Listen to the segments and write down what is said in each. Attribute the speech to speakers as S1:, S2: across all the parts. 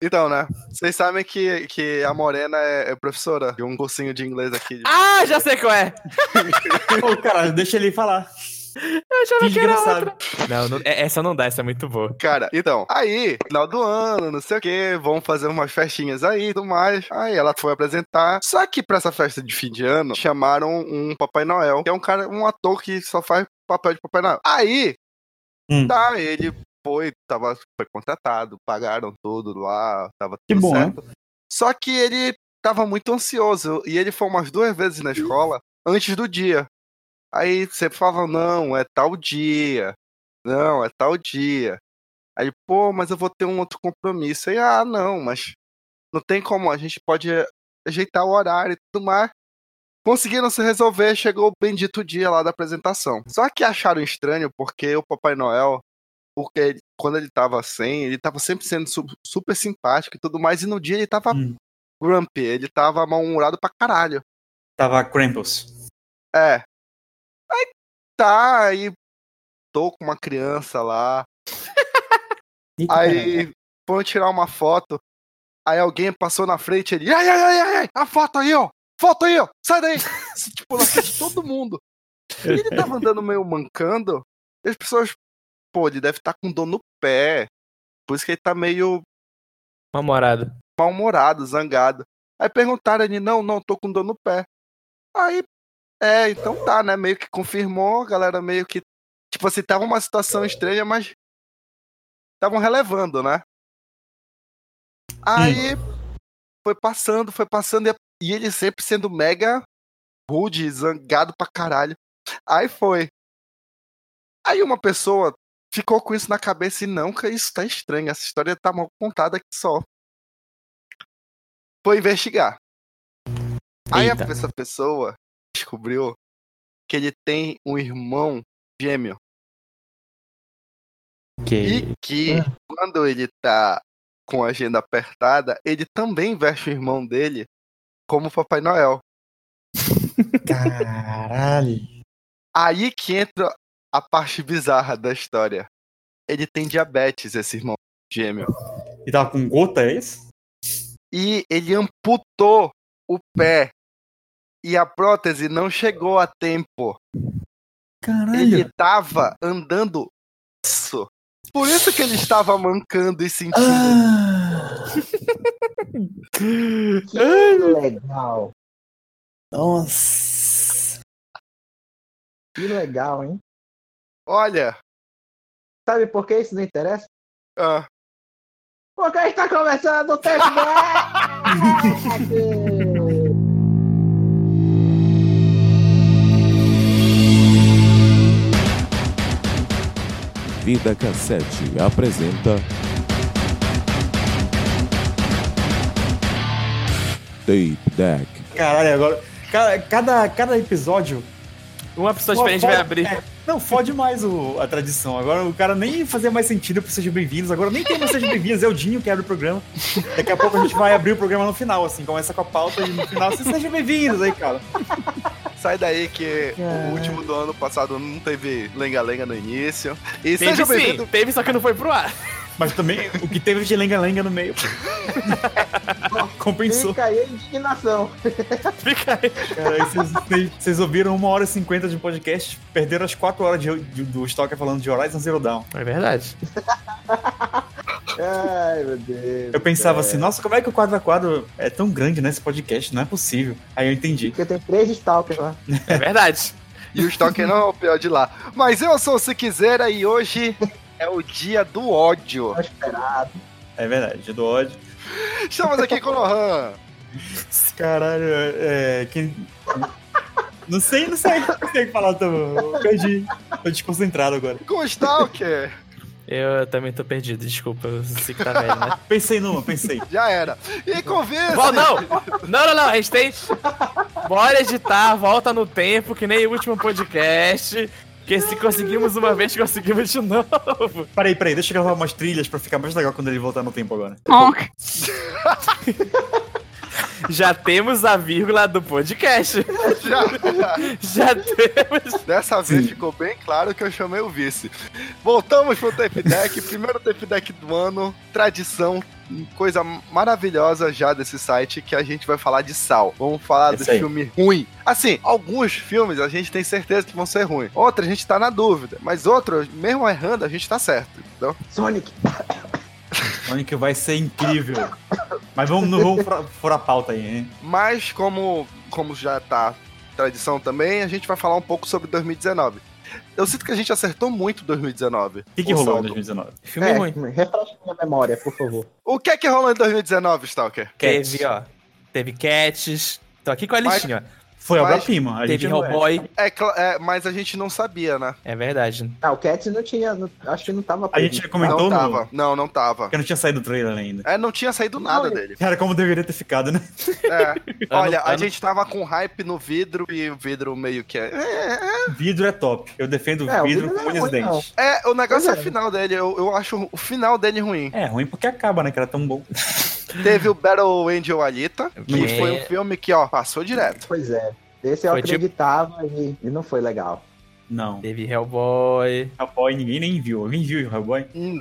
S1: Então, né? Vocês sabem que, que a Morena é, é professora de um cursinho de inglês aqui.
S2: Ah, já sei qual é!
S3: Ô, cara, deixa ele falar.
S2: Eu achava que
S3: Finge que
S2: era
S3: não sabe.
S2: outra. Não, não- é- essa não dá, essa é muito boa.
S1: Cara, então, aí, final do ano, não sei o que, vão fazer umas festinhas aí e tudo mais. Aí ela foi apresentar. Só que pra essa festa de fim de ano, chamaram um Papai Noel, que é um cara, um ator que só faz papel de Papai Noel. Aí,
S3: Hum.
S1: tá, ele foi, tava, foi contratado, pagaram tudo lá, tava
S3: Que
S1: tudo
S3: bom, né?
S1: certo. Só que ele tava muito ansioso e ele foi umas duas vezes na escola antes do dia. Aí sempre falava, não, é tal dia. Não, é tal dia. Aí, pô, mas eu vou ter um outro compromisso. Aí, ah, não, mas não tem como, a gente pode ajeitar o horário e tudo mais. Conseguiram se resolver, chegou o bendito dia lá da apresentação. Só que acharam estranho porque o Papai Noel, porque ele- quando ele tava sem, ele tava sempre sendo su- super simpático e tudo mais, e no dia ele tava
S3: Hum.
S1: grumpy, ele tava mal-humorado pra caralho.
S3: Tava Krampus.
S1: É. Aí tá, aí tô com uma criança lá.
S3: Eita, caralho.
S1: Aí foram tirar uma foto. Aí alguém passou na frente ele. Ai, ai, ai, ai, ai, a foto aí, ó! Foto aí, ó! Sai daí! tipo, na frente de todo mundo. E ele tava andando meio mancando. E as pessoas. Pô, ele deve estar com dor no pé. Por isso que ele tá meio
S2: Namorado.
S1: mal-humorado, zangado. Aí perguntaram ele, não, não, tô com dor no pé. Aí, é, então tá, né? Meio que confirmou, a galera meio que. Tipo assim, tava uma situação estranha, mas. Estavam relevando, né? Aí foi passando, foi passando, e, e ele sempre sendo mega rude, zangado pra caralho. Aí foi. Aí uma pessoa ficou com isso na cabeça e não, cara, isso tá estranho, essa história tá mal contada aqui só foi investigar. Aí a-
S2: Eita.
S1: essa pessoa descobriu que ele tem um irmão gêmeo e que
S2: Ah.
S1: quando ele tá com a agenda apertada, ele também veste o irmão dele como Papai Noel.
S3: Caralho.
S1: Aí que entra a parte bizarra da história. Ele tem diabetes, esse irmão gêmeo.
S3: E tava com gota, é isso?
S1: e ele amputou o pé. E a prótese não chegou a tempo. Ele tava andando. isso. Por isso que ele estava mancando e sentindo.
S3: Ah,
S4: Que legal.
S3: nossa.
S4: Que legal, hein?
S1: Olha.
S4: Sabe por que isso não interessa?
S1: ah,
S4: Porque tá está começando o teste do
S5: Vida Cassete apresenta Tape Deck.
S3: Caralho, agora. Cara, cada, cada episódio.
S2: Uma pessoa
S3: Uma
S2: diferente vai
S3: foto-
S2: abrir.
S3: é, não, fode mais o- a tradição. Agora o cara nem fazia mais sentido pro Sejam Bem-vindos. Agora nem tem mais Sejam Bem-vindos. É o Dinho que abre o programa. Daqui a pouco a gente vai abrir o programa no final, assim. Começa com a pauta e no final, assim, Sejam Bem-vindos aí, cara.
S1: sai daí que
S3: Caralho.
S1: o último do ano passado não teve lenga-lenga no início. E
S2: Teve
S1: seja
S2: sim,
S1: bem-vindo.
S2: teve, só que não foi pro ar.
S3: Mas também o que teve de lenga-lenga no meio. Compensou.
S4: Fica aí a indignação.
S2: Fica aí.
S3: Cara, aí vocês, vocês- vocês ouviram uma hora e 50 de podcast, perderam as 4 horas de, de- do Stalker falando de Horizon Zero Dawn.
S2: É verdade.
S4: Ai, meu Deus.
S3: Eu pensava assim, nossa, como é que o quadro a quadro é tão grande nesse podcast? Não é possível. Aí eu entendi.
S4: Porque tem três stalkers lá.
S2: É verdade.
S1: E o Stalker não é o pior de lá. Mas eu sou o Se Quisera e hoje é o dia do ódio.
S4: Não esperado.
S3: É verdade, dia do ódio.
S1: Estamos aqui com o Lohan.
S3: Caralho, é. Quem... Não sei, não sei, não sei o que falar, tô, eu perdi. Tô desconcentrado agora.
S1: Com o Stalker.
S2: Eu também tô perdido, desculpa. Eu sei que tá velho, né?
S3: Pensei numa, pensei.
S1: Já era. E com o Vince.
S2: Bom, não! Não, não, não, a gente tem. Bora editar, volta no tempo, que nem o último podcast. Que se conseguimos uma vez, conseguimos de novo.
S3: Peraí, peraí, deixa eu gravar umas trilhas pra ficar mais legal quando ele voltar no tempo agora.
S2: Já temos a vírgula do podcast.
S1: Já, já.
S2: Já temos.
S1: Dessa vez ficou bem claro que eu chamei o vice. Voltamos pro Tape Deck, primeiro Tape Deck do ano, tradição, coisa maravilhosa já desse site que a gente vai falar de sal. Vamos falar
S3: Isso
S1: do
S3: aí.
S1: filme ruim. Assim, alguns filmes a gente tem certeza que vão ser ruins. Outros a gente tá na dúvida. Mas outros, mesmo errando, a gente tá certo. Então,
S4: Sonic.
S3: Sonic vai ser incrível. Mas vamos, não vamos furar- furar a pauta aí, hein?
S1: Mas como, como já tá tradição também, a gente vai falar um pouco sobre 2019. Eu sinto que a gente acertou muito 2019.
S3: O que, que
S1: O
S3: rolou em
S1: saldo.
S3: 2019?
S2: Filme
S4: é,
S2: ruim.
S4: Refresca minha memória, por favor.
S1: O que é que rolou em 2019, Stalker?
S2: Teve, ó. Teve Cats. Tô aqui com a
S1: Mas-
S2: listinha, ó.
S3: Foi
S1: Mas-
S3: obra-prima. a gente
S2: Teve
S3: não-
S2: Hellboy.
S1: É, cla- é, mas a gente não sabia, né?
S2: É verdade.
S4: Ah, o Cats não tinha. não- acho que não tava.
S3: A gente já comentou
S1: não
S3: no-
S1: tava. Não, não tava.
S3: Porque não tinha saído o trailer ainda.
S1: É, não tinha saído nada dele.
S3: Cara, como deveria ter ficado, né?
S1: É. Olha,
S2: Ano-
S1: a
S2: ano-
S1: gente tava com hype no vidro e o vidro meio que é. é,
S3: Vidro é top. Eu defendo o
S4: É, o
S3: vidro
S4: vidro não
S3: com
S4: é
S3: unhas e
S4: ruim,
S3: dentes.
S1: É, o negócio é
S4: Pois
S1: o
S4: é.
S1: final dele. Eu, eu acho o final dele ruim.
S3: É, ruim porque acaba, né? Que era tão bom.
S1: Teve o Battle Angel Alita, que
S2: Bem-
S1: foi um filme que, ó, passou direto.
S4: Pois é. Esse eu
S2: Foi tipo-
S4: acreditava e, e não foi legal.
S3: Não.
S2: Teve Hellboy.
S3: Hellboy ninguém nem viu. Alguém viu o Hellboy?
S1: Hum,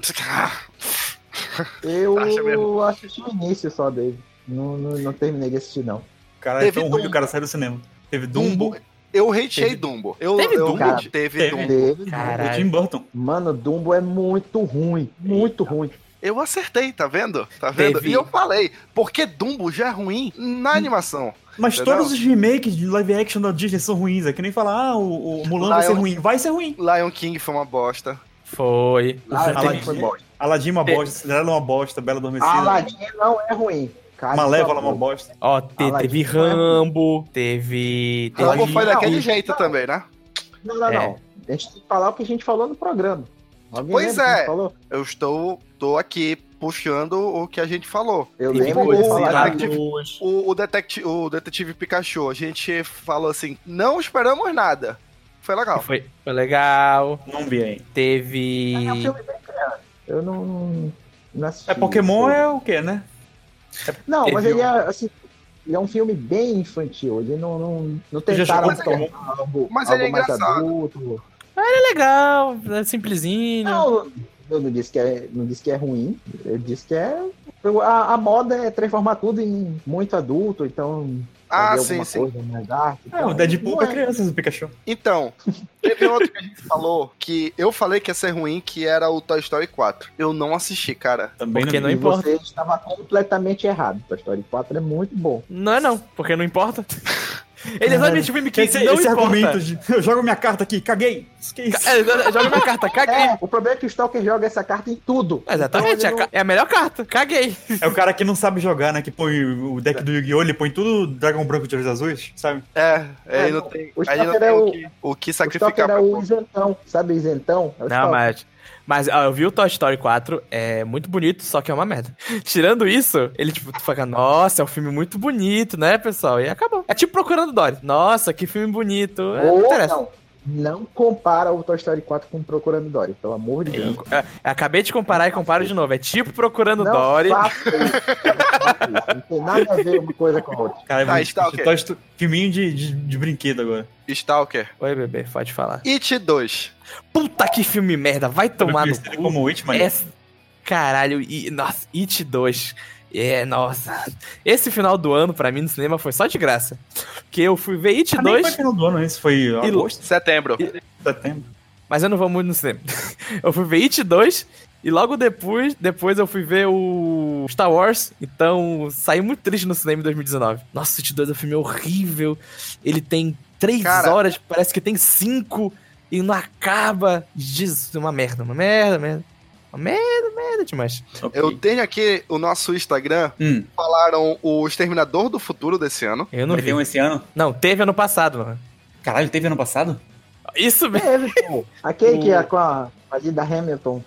S4: Eu
S1: Acha mesmo?
S4: assisti o início só dele. Não, não, não terminei de assistir, não.
S3: O cara
S1: Teve um
S3: é tão ruim que
S1: Dumbo.
S3: o cara sai do cinema. Teve Dumbo.
S1: Eu hateei
S3: Teve-
S1: Dumbo. Eu,
S2: Teve
S1: eu-
S2: Dumbo?
S1: Cara, Teve
S3: Teve.
S1: Dumbo.
S4: Dele,
S2: Caralho.
S3: O Tim Burton.
S4: Mano, Dumbo é muito ruim. Muito ruim.
S1: Eu acertei, tá vendo? Tá vendo?
S2: Teve.
S1: E eu falei, porque Dumbo já é ruim na animação.
S3: Mas
S1: Entendeu?
S3: todos os remakes de live action da Disney são ruins. É que nem falar, ah, o, o Mulan vai ser
S1: Lion-
S3: ruim. Vai ser ruim.
S1: Lion King foi uma bosta.
S2: Foi.
S3: Aladdin.
S4: Aladdin foi bosta.
S3: Aladdin é uma
S2: Teve-
S3: bosta, Cinderela é uma bosta, Bela Adormecida.
S4: Aladdin não é ruim. Cara,
S3: Malévola é uma
S4: por favor.
S3: bosta.
S2: Ó, te-
S4: Aladdin
S2: teve
S4: foi-
S2: Rambo. Teve. teve-
S1: Rambo foi
S4: não,
S1: daquele
S4: não.
S1: jeito também, né?
S4: Não, não,
S2: É.
S4: não. A gente tem que falar o que a gente falou no programa. Alguém
S1: Pois
S4: lembra o que a gente
S1: é.
S4: Falou?
S1: Eu estou tô aqui puxando o que a gente falou.
S4: Eu
S2: teve
S4: lembro
S1: coisa,
S4: de
S2: Coisa,
S1: Olha,
S4: falar.
S1: Aladdin.
S4: que-
S2: Lagoas.
S1: O, o, detecti- o detetive Pikachu, a gente falou assim, não esperamos nada. Foi legal.
S2: Foi, foi legal.
S3: Não vi aí.
S2: Teve.
S4: É um filme bem criado. Eu não, não assisti.
S3: É, Pokémon é um. o quê, né?
S4: Não, mas
S2: teve
S4: ele é, assim, ele é um filme bem infantil. Ele não, não, não
S3: Tu já
S4: tentaram
S3: jogou Pokémon?
S4: tornar algo,
S1: Mas
S4: algo
S1: ele é
S4: mais
S1: engraçado.
S4: adulto.
S2: É legal, é simplesinho.
S4: Não, eu não disse que é, não disse que é ruim. Eu disse que é. eu- A, a moda é transformar tudo em muito adulto, então.
S1: Ah,
S4: fazer
S1: sim,
S4: alguma
S1: sim.
S4: Coisa mais dark,
S3: É, o
S4: então,
S3: Deadpool
S4: não
S3: pra crianças, o Pikachu.
S1: Então, teve outro que a gente falou que eu falei que ia ser ruim, que era o Toy Story 4. Eu não assisti, cara.
S3: Também
S2: Porque
S3: não
S2: tá não
S3: vi.
S4: E
S2: importa.
S4: você estava completamente errado. Toy Story 4 é muito bom.
S2: Não é não, porque não importa. Ele é exatamente o filme que
S3: Esse,
S2: não
S3: esse
S2: importa.
S3: argumento de eu jogo minha carta aqui, caguei. Isso que é isso.
S2: É, joga uma carta, caguei.
S4: É, o problema é que o Stalker joga essa carta em tudo.
S2: Exatamente, é a
S4: Então, ele
S2: ca- é a melhor carta, caguei.
S3: É o cara que não sabe jogar, né? Que põe o deck do Yu-Gi-Oh! Ele põe tudo dragão branco de olhos azuis, sabe?
S1: É, ele não
S4: não,
S1: tem,
S4: o
S1: ele não
S4: Stalker
S1: tem
S4: é
S1: o,
S4: o-
S1: que, o que
S4: O Stalker
S1: sacrificar.
S4: é
S1: pra-
S4: o isentão, sabe? o Isentão? É o
S2: Não,
S4: Stalker.
S2: mas. Mas ó, eu vi o Toy Story 4, é muito bonito, só que é uma merda. Tirando isso, ele tipo, tu fica, nossa, é um filme muito bonito, né, pessoal? E acabou. É tipo procurando Dory. Nossa, que filme bonito. É, não
S4: Ou
S2: interessa.
S4: não. Não compara o Toy Story 4 com Procurando Dory, pelo amor de Deus.
S2: É, acabei de comparar e comparo de novo. É tipo procurando
S4: não
S2: Dory.
S4: faça isso. Não faça isso. Não tem nada a ver uma coisa com a outra.
S3: Cara, é um
S1: Tá,
S3: vou-
S1: Stalker.
S3: Toy Sto- filminho de, de, de brinquedo agora.
S1: Stalker.
S2: Oi, bebê, pode falar.
S1: It 2.
S2: Puta que filme merda, vai tomar no
S3: Conhecido
S2: cu. É
S3: como Whitman.
S2: Essa- Caralho, e, nossa, It 2. É, nossa. Esse final do ano, pra mim, no cinema, foi só de graça. Porque eu fui ver It
S3: Ah, nem foi
S2: 2,
S3: final do ano, isso foi agosto,
S1: Setembro.
S3: setembro.
S2: mas eu não vou muito no cinema. eu fui ver It 2 e logo depois, depois eu fui ver o Star Wars. Então, saí muito triste no cinema em 2019. Nossa, It 2 é um filme horrível. Ele tem 3
S1: Cara.
S2: horas, parece que tem 5 e não acaba. Jesus, uma merda, uma merda, merda. Uma merda, merda demais.
S3: Ok.
S1: Eu tenho aqui o nosso Instagram.
S3: Hum,
S1: Falaram o Exterminador do Futuro desse ano.
S2: Eu não
S3: vai
S2: vi.
S3: ter um esse ano?
S2: Não, teve ano passado, mano.
S3: Caralho, teve ano passado?
S2: Isso mesmo.
S4: Teve, pô. Aquele que é com a a Linda Hamilton.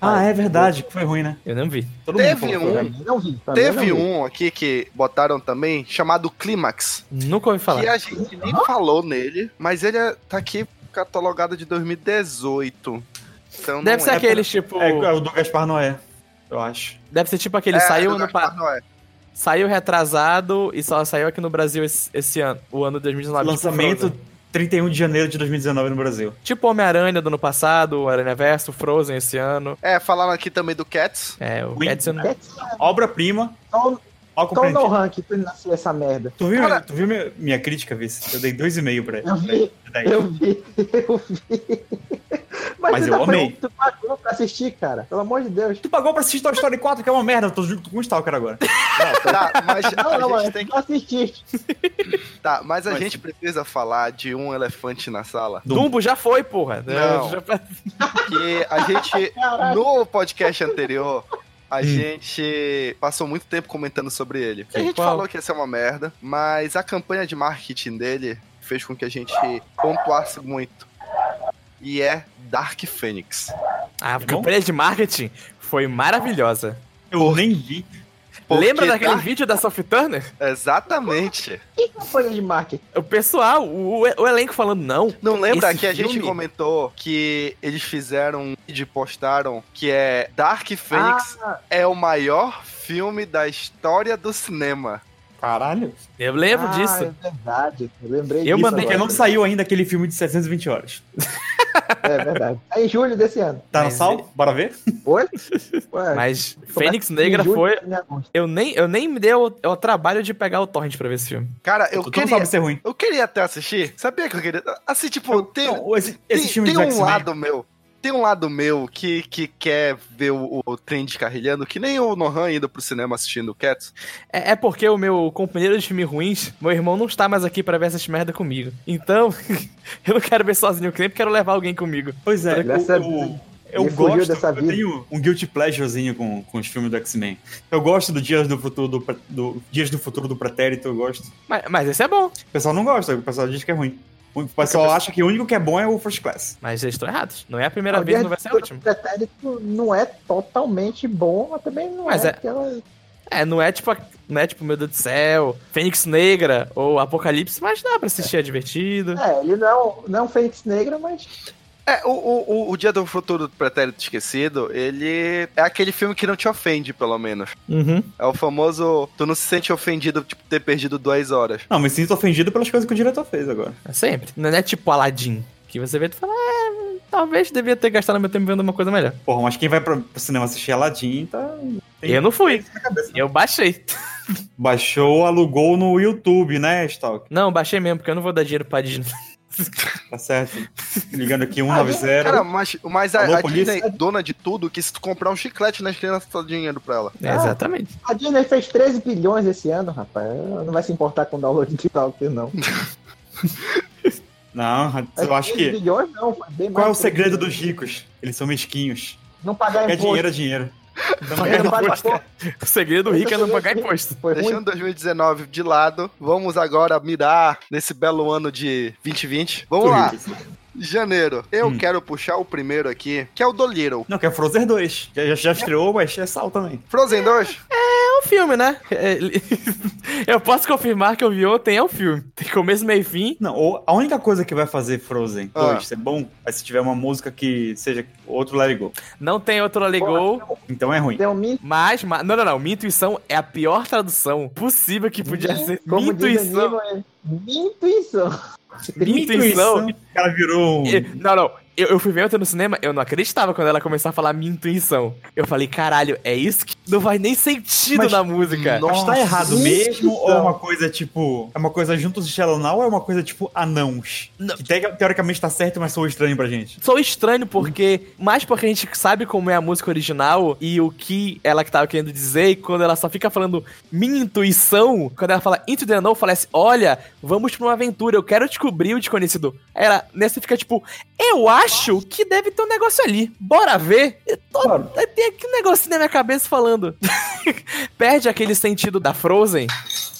S3: Ah, é verdade, que foi ruim, né?
S2: Eu não vi.
S3: Todo
S1: Teve
S3: mundo
S1: um.
S3: foi
S4: Pra
S3: ruim.
S4: mim, Não vi.
S2: Tá
S4: pra mim,
S1: Teve
S4: não vi.
S1: um aqui que botaram também, chamado Clímax.
S2: Nunca ouvi falar.
S1: Que a gente nem falou nele, mas ele é- tá aqui catalogado de 2018. Então não
S2: Deve ser
S1: é-
S2: aquele tipo.
S3: É, é o do Gaspar Noé, eu acho.
S2: Deve ser tipo aquele
S1: É,
S2: saiu
S1: do
S2: ano
S1: Gaspar
S2: pa-
S1: Noé.
S2: saiu retrasado e só saiu aqui no Brasil esse, esse ano, o ano de 2019. tipo
S3: Lançamento
S2: Frozen.
S3: 31 de janeiro de 2019 no Brasil.
S2: Tipo Homem-Aranha do ano passado, o Aranha Verso, Frozen esse ano.
S1: É, falaram aqui também do Cats.
S2: É, o
S3: Ui.
S2: Edson.
S4: Cats,
S3: Obra-prima,
S4: Só
S3: mal
S4: só no
S3: compreendido.
S4: ranking tu nasceu essa merda.
S3: Tu viu,
S1: Então, Cara-
S3: tu viu minha, minha crítica, Vice? Eu dei 2,5 pra
S4: Eu vi,
S3: pra ele.
S4: eu vi, eu vi. Mas,
S3: Mas
S4: ainda
S3: eu
S4: foi
S3: amei.
S4: um que Tu pagou pra assistir, cara. Pelo amor de Deus.
S3: Tu pagou pra assistir Toy Story 4, que é uma merda. Eu tô junto com o Stalker agora.
S1: Tá, mas
S4: Não, não, é
S1: a gente
S4: mas
S1: tem
S4: tu assististe.
S1: que- tá, mas a
S3: Mas-
S1: gente precisa falar de um elefante na sala.
S2: Dumbo já foi, porra.
S1: Não.
S2: Já-
S1: Porque a gente,
S4: Caralho.
S1: no podcast anterior, a
S2: Hum.
S1: gente passou muito tempo comentando sobre ele. A
S2: Sim,
S1: gente
S2: qual?
S1: falou que ia ser uma merda, mas a campanha de marketing dele fez com que a gente pontuasse muito. E é Dark Phoenix.
S2: A
S3: bom?
S2: campanha de marketing foi maravilhosa.
S3: Eu nem vi.
S1: Porque
S2: Lembra daquele
S1: Dark-
S2: vídeo da Sophie Turner?
S1: Exatamente.
S4: Que campanha de marketing?
S2: O pessoal, o, o elenco falando não.
S1: Não lembra
S2: Esse
S1: que a gente
S2: filme-
S1: comentou que eles fizeram um vídeo e postaram que é Dark Phoenix
S2: Ah.
S1: é o maior filme da história do cinema.
S3: Caralho.
S2: Eu lembro
S4: ah,
S2: disso.
S4: É verdade. Eu lembrei
S2: Eu
S4: disso.
S2: mandei-
S3: Porque
S4: agora.
S3: não saiu ainda aquele filme de 720 horas.
S4: É verdade. É em julho desse ano.
S3: Tá na
S2: Mas
S3: sala? Bora ver?
S4: Oi? Ué,
S2: Mas
S4: começa
S2: Fênix
S4: em
S2: Negra
S4: julho,
S2: foi.
S4: em agosto.
S2: Eu nem, eu nem me dei o, o trabalho de pegar o torrent pra ver esse filme.
S1: Cara, eu
S3: tu não
S1: queria
S3: sabe ser ruim.
S1: Eu queria até assistir. Sabia que eu queria. Assim, tipo, tem,
S3: Não, esse, esse
S1: tem-
S3: filme
S1: tem
S3: de
S1: um
S3: X-Men,
S1: lado meu. Tem um lado meu que, que quer ver o, o trem descarrilhando, que nem o Nohan indo pro cinema assistindo o Cats.
S2: É, é porque o meu companheiro de filme ruins, meu irmão não está mais aqui pra ver essas merda comigo. Então, eu não quero ver sozinho, eu sempre quero levar alguém comigo.
S3: Pois é,
S4: Graças a
S3: eu,
S4: Deus.
S3: eu, eu
S4: Ele fugiu
S3: gosto,
S4: dessa
S3: eu
S4: vida.
S3: tenho um guilty pleasurezinho com, com os filmes do X-Men. Eu gosto do Dias do Futuro do, Pre- do- Dias do Futuro do Pretérito, eu gosto.
S2: Mas, mas esse é bom.
S3: O pessoal não gosta, o pessoal diz que é ruim. O pessoal acha que o único que é bom é o First Class.
S2: Mas eles estão errados. Não é a primeira
S4: O
S2: vez,
S4: Dia
S2: não vai ser a
S4: do
S2: última.
S4: Pretérito não é totalmente bom, mas também não
S2: Mas
S4: é,
S2: é-
S4: aquela...
S2: É, não é tipo, a- não é tipo, meu Deus do céu, Fênix Negra ou Apocalipse, mas dá pra assistir, é divertido.
S4: É, ele não é um, não é um Fênix Negra, mas...
S1: É, o, o, o- o Dia do Futuro do Pretérito Esquecido, ele é aquele filme que não te ofende, pelo menos.
S2: Uhum.
S1: É o famoso. Tu não se sente ofendido, tipo, ter perdido duas horas.
S3: Não, me sinto ofendido pelas coisas que o diretor fez agora.
S2: É sempre. Não é tipo Aladdin, que você vê e tu fala, é, talvez devia ter gastado meu tempo vendo uma coisa melhor.
S3: Porra, mas quem vai pra, pro cinema assistir Aladdin tá. Tem-
S2: Eu não fui,
S3: na cabeça.
S2: eu baixei.
S3: Baixou, alugou no YouTube, né, Stalk?
S2: Não, baixei mesmo, porque eu não vou dar dinheiro pra Disney.
S3: Tá certo. Ligando aqui 190.
S1: Ah, Cara, mas, mas a,
S3: Alô,
S1: a Disney
S3: polícia?
S1: é dona de tudo que se tu comprar um chiclete nas crianças, tu dá dinheiro pra ela.
S2: É, exatamente.
S4: A Disney fez 13 bilhões esse ano, rapaz. Ela Não vai se importar com o download digital, que não.
S3: Não,
S1: é
S3: eu
S4: 13
S3: acho que.
S4: bilhões não, foi bem
S3: Qual é o
S4: mais que
S3: segredo
S1: né?
S4: isso.
S3: dos ricos? Eles são mesquinhos.
S4: Não pagar
S3: Pagar dinheiro
S4: imposto.
S3: é dinheiro. Então,
S4: Ele não paga
S2: imposto.
S4: imposto.
S2: O segredo do rico é não pagar imposto.
S4: Foi ruim.
S1: Deixando 2019 de lado, vamos agora mirar nesse belo ano de 2020. Vamos lá, janeiro. Eu
S3: Hum.
S1: quero puxar o primeiro aqui, que é o do Little.
S3: Não, que é Frozen 2. Já, já, já estreou, mas é sal também.
S1: Frozen 2?
S2: É um filme, né? É, ele- eu posso confirmar que eu vi ontem, é um filme. Tem começo, meio e fim.
S3: Não, ou a única coisa que vai fazer Frozen
S1: Ah.
S3: 2 ser bom é se tiver uma música que seja outro Let It Go.
S2: Não tem outro Alegou.
S3: Então é ruim.
S4: Deu um mito.
S2: Mas, ma- não, não, não. Minha intuição é a pior tradução possível que podia ser. Minha
S4: Como diz o
S2: intuição.
S4: Nino, é minha intuição.
S2: Minha intuição.
S3: O cara virou um...
S2: E- Não, não. Eu, eu fui ver ontem no cinema, eu não acreditava quando ela começou a falar minha intuição. Eu falei, caralho, é isso que não faz nem sentido
S3: Mas-
S2: na música.
S1: Nossa.
S3: Mas tá errado
S4: Nossa,
S3: mesmo?
S4: isso.
S3: Ou é uma coisa tipo. É uma coisa juntos de Shalonal ou é uma coisa tipo anãos?
S2: Não.
S3: Que te- teoricamente tá certo, mas soa estranho pra gente.
S2: Sou estranho porque, mais porque a gente sabe como é a música original e o que ela que tava querendo dizer, e quando ela só fica falando minha intuição, quando ela fala into the unknown, fala assim, olha, vamos pra uma aventura, eu quero descobrir o desconhecido. Aí ela, nessa fica tipo, eu acho que deve ter um negócio ali, bora ver. Eu tô-
S3: Claro.
S2: eu Tem aqui um negocinho na minha cabeça falando. Perde aquele sentido da Frozen,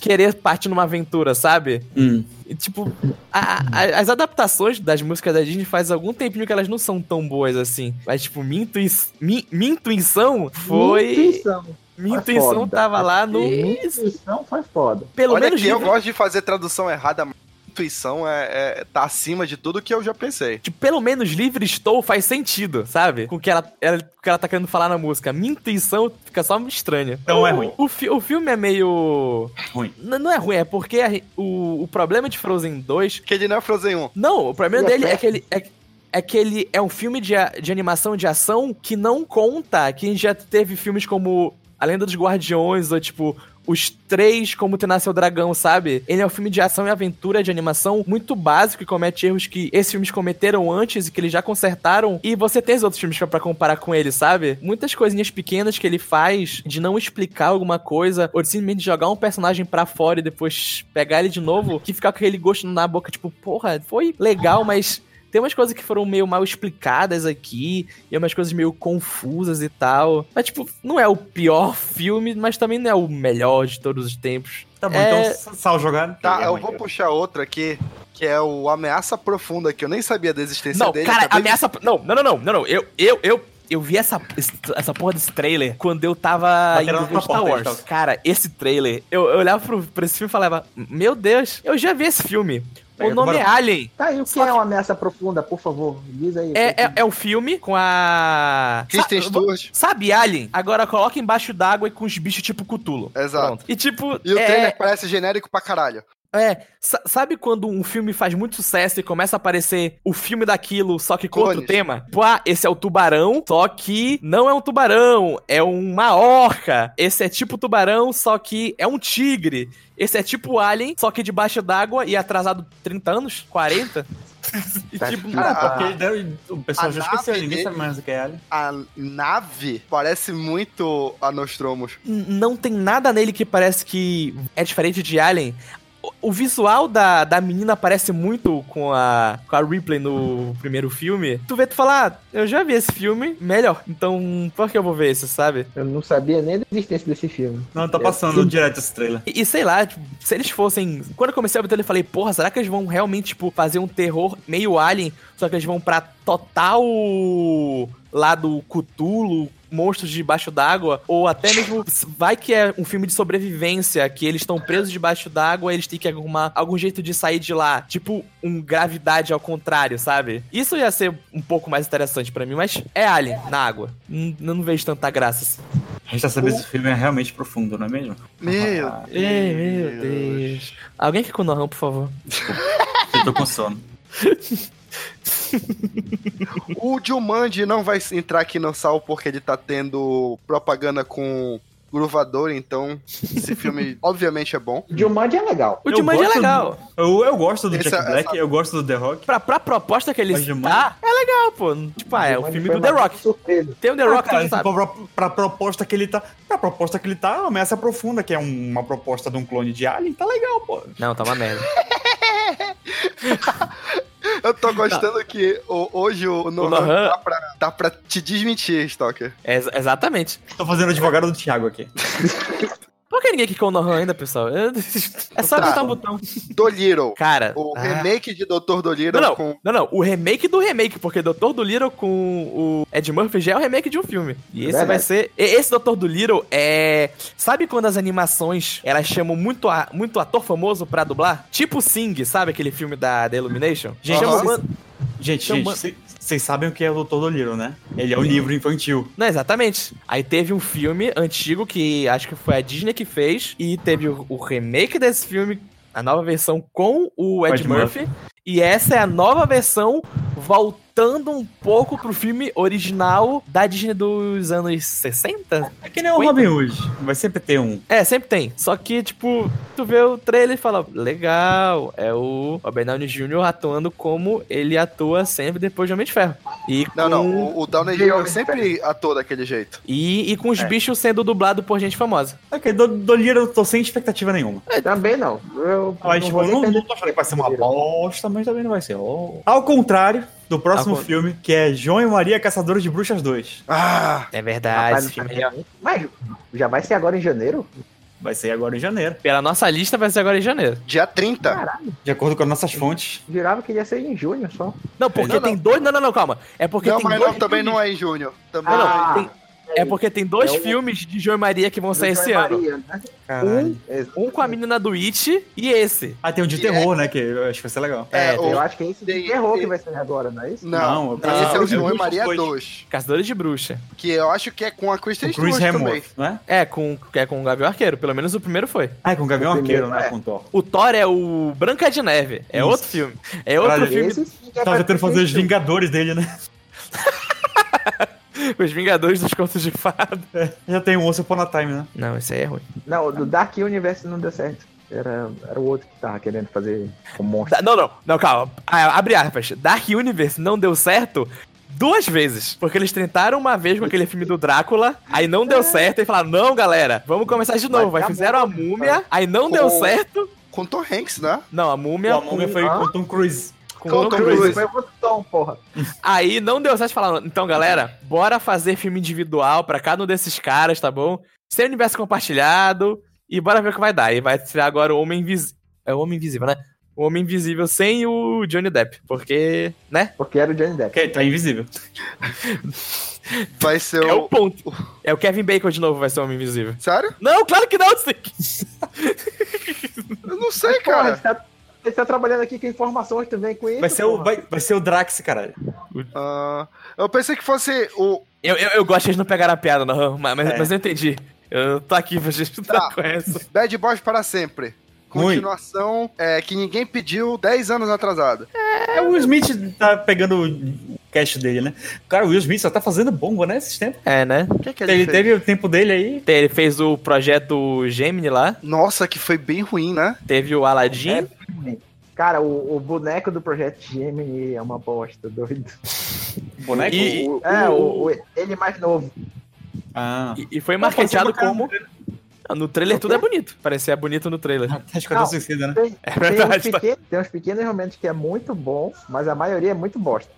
S2: querer partir numa aventura, sabe? E, Tipo, a- a- as adaptações das músicas da Disney faz algum tempinho que elas não são tão boas assim. Mas, tipo, minha, intui mi- minha intuição
S4: Minha
S2: foi.
S4: intuição.
S2: Minha
S4: Foi
S2: intuição
S4: foda.
S2: tava lá no.
S4: Minha intuição foi foda.
S2: Pelo
S1: Olha
S2: menos
S1: que eu
S2: livre,
S1: gosto de fazer tradução errada. mas intuição é, é- tá acima de tudo que eu já pensei.
S2: Tipo, pelo menos livre estou faz sentido, sabe? Com o que ela, ela- com o que ela tá querendo falar na música. Minha intuição fica só estranha.
S3: Então é
S2: O-
S3: ruim.
S2: O, fi- o filme é meio.
S3: Ruim.
S2: N- não é ruim, é porque a re- o, o problema de Frozen 2.
S1: Que ele não é Frozen 1.
S2: Não, o problema
S4: E é
S2: dele é que ele. É, é que ele é um filme de, a- de animação de ação que não conta. Que já teve filmes como A Lenda dos Guardiões, ou tipo. Os três, como Te Nasceu Dragão, sabe? Ele é um filme de ação e aventura de animação muito básico e comete erros que esses filmes cometeram antes e que eles já consertaram. E você tem os outros filmes pra- pra comparar com ele, sabe? Muitas coisinhas pequenas que ele faz de não explicar alguma coisa ou de simplesmente jogar um personagem pra fora e depois pegar ele de novo, que fica com aquele gosto na boca, tipo, porra, foi legal, mas tem umas coisas que foram meio mal explicadas aqui, e é umas coisas meio confusas e tal. Mas, tipo, não é o pior filme, mas também não é o melhor de todos os tempos.
S3: Tá bom,
S2: É-
S3: então sal jogado.
S1: Tá, eu vou puxar outro aqui, que é o Ameaça Profunda, que eu nem sabia da existência
S2: não,
S1: é dele.
S2: cara,
S1: acabei de-
S2: ameaça. Não, não, não, não, não, não. Eu, eu, eu, eu vi essa, esse- essa porra desse trailer quando eu tava
S3: Bateram
S2: indo
S3: na
S2: ver Star
S3: porta,
S2: Wars.
S3: eles tavam.
S2: Cara, esse trailer, eu, eu olhava pro, pra esse filme e falava: Meu Deus, eu já vi esse filme.
S3: Pega
S2: O
S3: do
S2: nome é
S3: barulho.
S2: Alien.
S4: Tá aí, o que
S2: Só
S4: é uma ameaça profunda, por favor? Diz aí.
S2: É, é, é um filme com a.
S1: Kristen
S2: Sa-
S1: Stewart.
S2: Sabe, Alien? Agora coloca embaixo d'água e com os bichos tipo Cutulo.
S1: Exato.
S2: E tipo.
S1: E o
S2: é,
S1: trailer parece genérico pra caralho.
S2: é, sa- sabe quando um filme faz muito sucesso e começa a aparecer o filme daquilo, só que com outro
S1: Clones.
S2: tema? Tipo, ah, esse é o tubarão, só que não é um tubarão, é uma orca. Esse é tipo tubarão, só que é um tigre. Esse é tipo alien, só que debaixo d'água e atrasado 30 anos? 40? E
S4: Tá
S2: tipo,
S4: cara,
S3: Ah, porque ele- o pessoal
S1: A
S3: já esqueceu,
S1: nave
S3: ninguém
S1: dele-
S3: sabe mais o que é Alien.
S1: A nave parece muito a Nostromos.
S2: n- não tem nada nele que parece que é diferente de Alien. O- O visual da, da menina parece muito com a, com a Ripley no primeiro filme. Tu vê, tu fala, ah, eu já vi esse filme, melhor. Então, por que eu vou ver esse, sabe?
S4: Eu não sabia nem da existência desse filme.
S3: Não, tá
S4: É,
S3: passando
S4: sim.
S3: direto esse trailer.
S2: E, e sei lá, tipo, se eles fossem... Quando eu comecei a ver, o trailer, eu falei, porra, será que eles vão realmente, tipo, fazer um terror meio Alien? Só que eles vão pra total lado Cutulo, monstros debaixo d'água, ou até mesmo vai que é um filme de sobrevivência, que eles estão presos debaixo d'água, eles têm que arrumar algum jeito de sair de lá, tipo um gravidade ao contrário, sabe? Isso ia ser um pouco mais interessante pra mim, mas é Alien na água. N- eu não vejo tanta graça. assim.
S3: A gente tá sabendo que esse filme é realmente profundo, não é mesmo?
S1: Meu
S3: Ah,
S1: Deus.
S2: Alguém aqui com o Nohan, por favor.
S3: Eu tô com sono.
S1: O Jumanji não vai entrar aqui no sal porque ele tá tendo propaganda com gruvador, então esse filme obviamente é bom.
S4: Jumanji é legal.
S2: O
S3: Eu
S2: Jumanji é
S3: gosto
S2: legal.
S3: Eu, eu gosto do
S1: Essa-
S3: Jack Black,
S1: essa-
S3: eu gosto do The Rock.
S2: Pra, pra proposta que ele
S3: Mas Jumanji-
S2: está, é legal, pô. Tipo, ah, é o
S4: Jumanji
S2: filme
S4: foi
S2: do The
S4: uma
S2: Rock.
S4: Surpresa.
S2: Tem o The
S3: Ah,
S2: Rock, tu
S3: cara,
S2: já sabe.
S3: pra, pra proposta que ele tá. Pra proposta que ele tá, a ameaça profunda, que é um- uma proposta de um clone de Alien, tá legal, pô.
S2: Não, tá uma merda.
S1: Eu tô gostando que o- hoje o Nohan,
S2: Nohan-
S1: Dá, pra, dá pra te desmentir, Stalker.
S2: É, ex- exatamente.
S3: Tô fazendo advogado do Thiago aqui.
S2: Por que ninguém aqui com o Nohan ainda, pessoal? Eu- É só
S1: Tá.
S2: apertar um botão.
S1: Dolittle.
S2: Cara.
S1: O
S2: ah.
S1: remake de Dr. Dolittle
S2: Não, não.
S1: com...
S2: Não, não. O remake do remake, porque Dr. Dolittle com o Ed Murphy já é um remake de um filme. E esse
S4: Verdade.
S2: vai ser. e- Esse Dr. Dolittle é. Sabe quando as animações elas chamam muito, a- muito ator famoso pra dublar? Tipo Sing, sabe aquele filme da, da Illumination? é
S3: Gente,
S2: Chama
S1: vocês-
S2: quando-
S3: Gente,
S2: Então,
S3: gente,
S2: mano-
S3: cê- vocês sabem o que é o Dr. Doliro, né? Ele é um livro infantil.
S2: Não, exatamente. Aí teve um filme antigo que acho que foi a Disney que fez, e teve o, o remake desse filme, a nova versão com o Ed,
S3: Ed
S2: Murphy, e essa é a nova versão voltando um pouco pro filme original da Disney dos anos 60?
S3: É que nem o
S2: Oi,
S3: Robin Hood. Vai sempre ter um.
S2: É, sempre tem. Só que, tipo, tu vê o trailer e fala, legal, é o Robert Downey Jr. atuando como ele atua sempre depois de Homem de Ferro. E
S1: Não, não.
S2: com-
S1: O, o Downey
S4: Meu
S1: Jr. é sempre atua daquele jeito.
S2: E, e com os
S3: É.
S2: bichos sendo dublado por gente famosa.
S3: Ok, do, Doliro eu tô sem expectativa nenhuma.
S2: É,
S4: Também não. Eu
S3: Mas,
S4: não
S3: tipo,
S4: vou
S3: eu
S4: nem
S3: não,
S4: perder
S3: não tô achando que vai ser uma
S4: Dolittle.
S3: bosta, mas também não vai ser. ó. Ao contrário do próximo
S2: Ao con-
S3: filme, que é João e Maria Caçadora de Bruxas 2.
S1: Ah,
S2: É verdade.
S4: Rapaz,
S2: esse filme é legal.
S4: Mas já vai ser agora em janeiro?
S3: Vai ser agora em janeiro.
S2: Pela nossa lista vai ser agora em janeiro.
S1: dia 30.
S3: De acordo com as nossas fontes.
S4: Jurava que ia ser em junho só.
S2: Não, porque
S1: Não, não.
S2: tem dois. Não, não, não, calma. É porque
S1: não,
S2: tem
S1: mas
S2: dois.
S1: não, também não é em junho. Também
S2: Não,
S1: não é em
S2: não,
S4: Ah.
S2: tem, É porque tem dois
S4: É o-
S2: filmes de João e Maria que vão sair esse ano.
S4: né?
S3: Caralho.
S2: Um com a menina do It e esse.
S3: Ah, tem um de terror, né? Que eu acho que vai ser legal.
S1: É,
S4: É,
S1: o-
S4: eu acho que é esse
S1: tem-
S4: de terror
S1: tem-
S4: que vai sair agora, não é isso?
S1: Não,
S3: Não,
S1: não, esse é o
S3: não,
S1: João
S3: não,
S1: e Maria
S3: dois.
S1: 2.
S2: Caçadores de Bruxa.
S1: Que eu acho que é com a Kristen
S3: Com Chris
S1: Stewart também.
S3: Hemsworth, né?
S2: É, com, é com o Gavião Arqueiro. Pelo menos o primeiro foi.
S3: Ah, é com o Gavião
S4: O primeiro,
S3: Arqueiro, né?
S4: é.
S3: Com o Thor.
S2: O Thor é o Branca de Neve. É
S3: Isso.
S2: outro filme. É outro
S3: Caralho,
S2: filme
S4: Esse sim que é
S3: Tava
S4: pra
S3: tentando fazer os
S4: assistir.
S3: Vingadores dele, né?
S2: Os Vingadores dos Contos de Fada.
S3: Já tem um Once Upon a Time, né?
S2: Não, esse aí é ruim.
S4: Não, do Dark Universe não deu certo. Era, era o outro que tava querendo fazer o monstro.
S2: Da- não, não. Não, calma. Ah, abre aspas. Dark Universe não deu certo duas vezes. Porque eles tentaram uma vez com aquele filme do Drácula, aí não deu certo, e falaram, não, galera, vamos começar de novo.
S4: Vai
S2: Aí
S4: dar
S2: fizeram a múmia, aí não
S1: Com-
S2: deu certo.
S1: Com Tom Hanks, né?
S2: Não, a múmia,
S3: o Among
S2: com-
S3: foi
S4: ah?
S3: com o Tom Cruise.
S2: com,
S1: com
S2: Tom
S1: Tom
S2: Cruise.
S1: Cruise.
S4: Foi outro tom, porra.
S2: Aí não deu certo, falaram, então, galera, bora fazer filme individual pra cada um desses caras, tá bom? Sem universo compartilhado, e bora ver o que vai dar. E vai tirar agora o Homem Invisível. É o Homem Invisível, né? O Homem Invisível sem o Johnny Depp, porque, né?
S4: Porque era o Johnny Depp.
S3: Que tá invisível.
S1: Vai ser
S2: É o
S1: o.
S2: ponto. É o Kevin Bacon de novo, vai ser o Homem Invisível.
S1: Sério?
S2: Não, claro que não, Stick.
S1: Eu não sei,
S4: Porra,
S1: cara.
S4: ele tá, ele tá trabalhando aqui com informações também com isso.
S3: Vai ser, o,
S4: porra.
S3: vai, vai ser o Drax, caralho.
S1: Ah, eu pensei que fosse o.
S2: Eu, eu, eu gosto, eles não pegaram a piada, não, mas, mas-
S3: É.
S2: mas eu entendi. Eu tô aqui pra gente
S1: Tá.
S2: tá. com essa.
S1: Bad Boys para sempre.
S3: Ruim.
S1: Continuação é, que ninguém pediu 10 anos atrasada.
S3: É, o Will Smith tá pegando o cash dele, né? Cara, o Will Smith só tá fazendo bomba, né? Esses tempos.
S2: É, né?
S1: O que, que ele,
S3: Ele
S1: fez?
S3: teve o tempo dele aí.
S2: Ele fez o projeto Gemini lá,
S1: Nossa, que foi bem ruim, né?
S2: teve o Aladdin.
S4: É, Cara, o, o boneco do Projeto Gemini é uma bosta, doido.
S3: Boneco.
S2: E-
S4: O- é, o, o- ele mais novo.
S3: Ah.
S2: E, e foi
S3: Não, pode ser
S2: marketeado
S3: bacana,
S2: como. Ah, No trailer tudo é bonito. Parecia bonito no trailer.
S3: Acho que eu
S4: Não.
S3: suicida, né?
S4: Tem,
S2: É
S4: tem uns
S2: verdade. tá?
S4: pequenos, tem uns pequenos realmente que é muito bom, mas a maioria é muito bosta.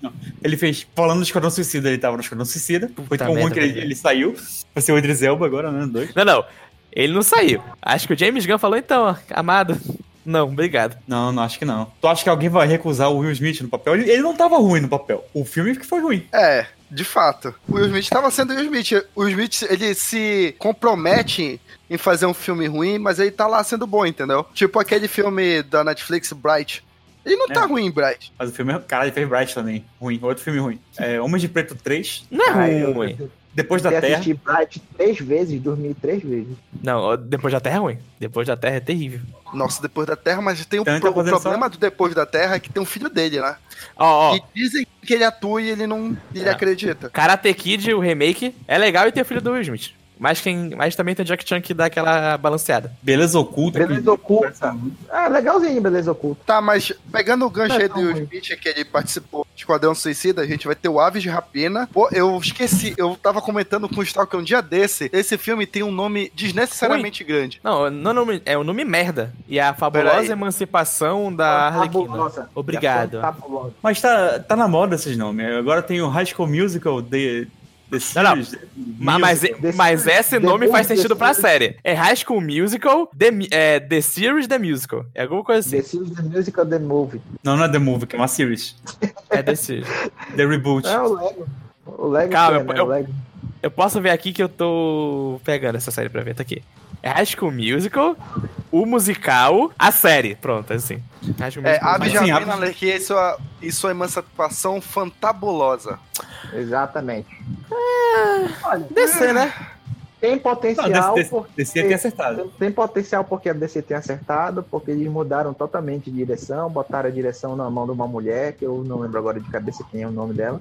S3: Ele fez, falando do Esquadrão Suicida, ele tava no Esquadrão Suicida. Foi tão ruim
S2: merda,
S3: que ele,
S2: velho.
S3: ele saiu. Vai ser o Idris Elba agora, né? Dois.
S2: Não, não. Ele não saiu. Acho que o James Gunn falou então, ó, amado. Não, obrigado.
S3: Não, não acho que não. Tu acha que alguém vai recusar o Will Smith no papel? Ele, ele não tava ruim no papel. O filme que foi ruim.
S1: É, de fato. O Will Smith tava sendo Will Smith. O Will Smith, ele se compromete em fazer um filme ruim, mas ele tá lá sendo bom, entendeu? Tipo aquele filme da Netflix, Bright. Ele não
S3: É.
S1: tá ruim, Bright.
S3: Mas o filme, é- caralho, ele fez Bright também. Ruim. Outro filme ruim. É, Homem de Preto 3,
S2: Não é
S4: Cara, eu-
S2: ruim.
S3: Depois da
S4: Eu
S3: Terra.
S4: assisti Bright três vezes, dormi três vezes.
S2: Não, ó, depois da Terra é ruim. Depois da Terra é terrível.
S1: Nossa, Depois da Terra, mas tem um
S3: Então,
S1: pro-
S3: tá fazendo
S1: o problema do Depois da Terra é que tem um filho dele, né?
S2: Ó, ó.
S1: E dizem que ele atua e ele não ele
S2: É.
S1: acredita.
S2: Karate Kid, o remake, é legal e tem o filho do Will Smith. Mas, quem, mas também tem o Jack Chan que dá aquela balanceada.
S3: Beleza Oculta.
S4: Beleza Oculta. Ah, legalzinho, Beleza Oculta.
S1: Tá, mas pegando o gancho
S4: Não é
S1: aí do
S4: tão
S1: Will
S4: ruim.
S1: Smith, que ele participou do Esquadrão Suicida, a gente vai ter o Aves de Rapina. Pô, eu esqueci, eu tava comentando com o Stalker um dia desse. Esse filme tem um nome desnecessariamente grande.
S2: Não, não, é nome- é o nome merda. E a
S1: Peraí.
S2: fabulosa emancipação
S4: É um
S2: da Harlequina.
S4: Tá Fabulosa.
S2: Ah,
S4: Tá
S2: Obrigado.
S4: Fabulosa.
S3: Mas tá, tá na moda esses nomes. Agora tem o High School Musical de. The
S2: Não, não.
S3: Series, The
S2: Ma- Mas,
S3: Musical.
S2: mas, esse nome
S4: The
S2: faz
S4: Boys,
S2: sentido
S4: The
S2: pra
S4: Series.
S2: série. É High School Musical, The, Mi- é, The Series, The Musical. É alguma coisa assim.
S4: The Sims, The Musical, The Movie.
S3: Não, não é The Movie, que é uma series.
S2: É The Series.
S3: The Reboot.
S4: É o Lego. O Lego
S2: Calma,
S4: que é, né?
S2: eu-
S4: O Lego.
S2: Eu posso ver aqui que eu tô pegando essa série pra ver. Tá aqui. É High School Musical, o musical, a série. Pronto, é assim. High School
S1: É,
S2: Musical,
S1: Aves de
S3: Sim,
S1: Rapina,
S3: Aves-
S1: que é sua, e sua emancipação fantabulosa.
S4: Exatamente. Olha,
S2: DC, né?
S4: tem
S3: Não,
S4: potencial
S3: DC, DC,
S4: porque...
S3: DC tem acertado.
S4: Tem potencial porque a DC tem acertado, porque eles mudaram totalmente de direção, botaram a direção na mão de uma mulher, que eu não lembro agora de cabeça quem é o nome dela.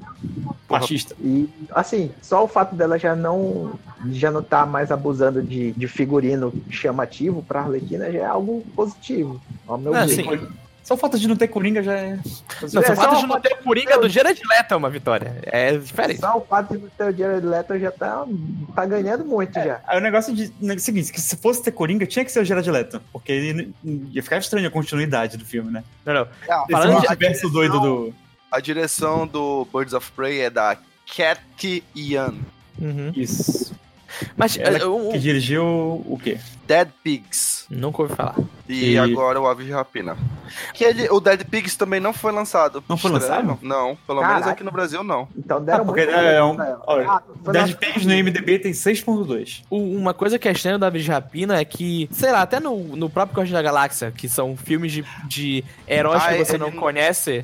S3: Machista.
S4: E, assim, só o fato dela já não já não tá mais abusando de, de figurino chamativo pra Arlequina já é algo positivo, ao meu
S2: Não,
S4: ver.
S2: sim.
S3: Só o fato de não ter Coringa já é.
S2: Não, só
S4: É,
S2: o fato
S4: só
S2: de não ter o Coringa do Jared Leto é uma vitória. É diferente.
S4: Só o fato de ter o Jared Leto já tá, tá ganhando muito já.
S3: Aí o negócio de. o negócio é o seguinte, que se fosse ter Coringa, tinha que ser o Gerard Leto. Porque ele n- ia ficar estranho a continuidade do filme, né?
S2: Não, não.
S1: Ah,
S3: Esse
S2: Falando de-
S3: multiverso doido do.
S1: A direção do Birds of Prey é da Cat Ian.
S2: Uhum.
S3: Isso.
S2: Mas
S3: Ela
S2: eh, um-
S3: Que dirigiu o quê?
S1: Dead Pigs.
S2: nunca ouvi falar.
S1: E,
S3: E-
S1: agora o Aves de Rapina. Que ele, o Dead Pigs também não foi lançado.
S3: Não foi lançado?
S1: Estranho. Não, pelo menos
S4: Caraca.
S1: aqui no Brasil não.
S4: Então deram
S3: Ah, porque
S4: muito
S3: é um-
S4: pra ela. Ah,
S3: olha,
S4: foi
S3: Dead
S4: na-
S3: Pigs no IMDB tem 6.2.
S2: U- Uma coisa que é estranha da Aves de Rapina é que, sei lá, até no, no próprio Corte da Galáxia, que são filmes de, de heróis
S1: Ah,
S2: que você
S1: ele
S2: não
S1: não-
S2: conhece,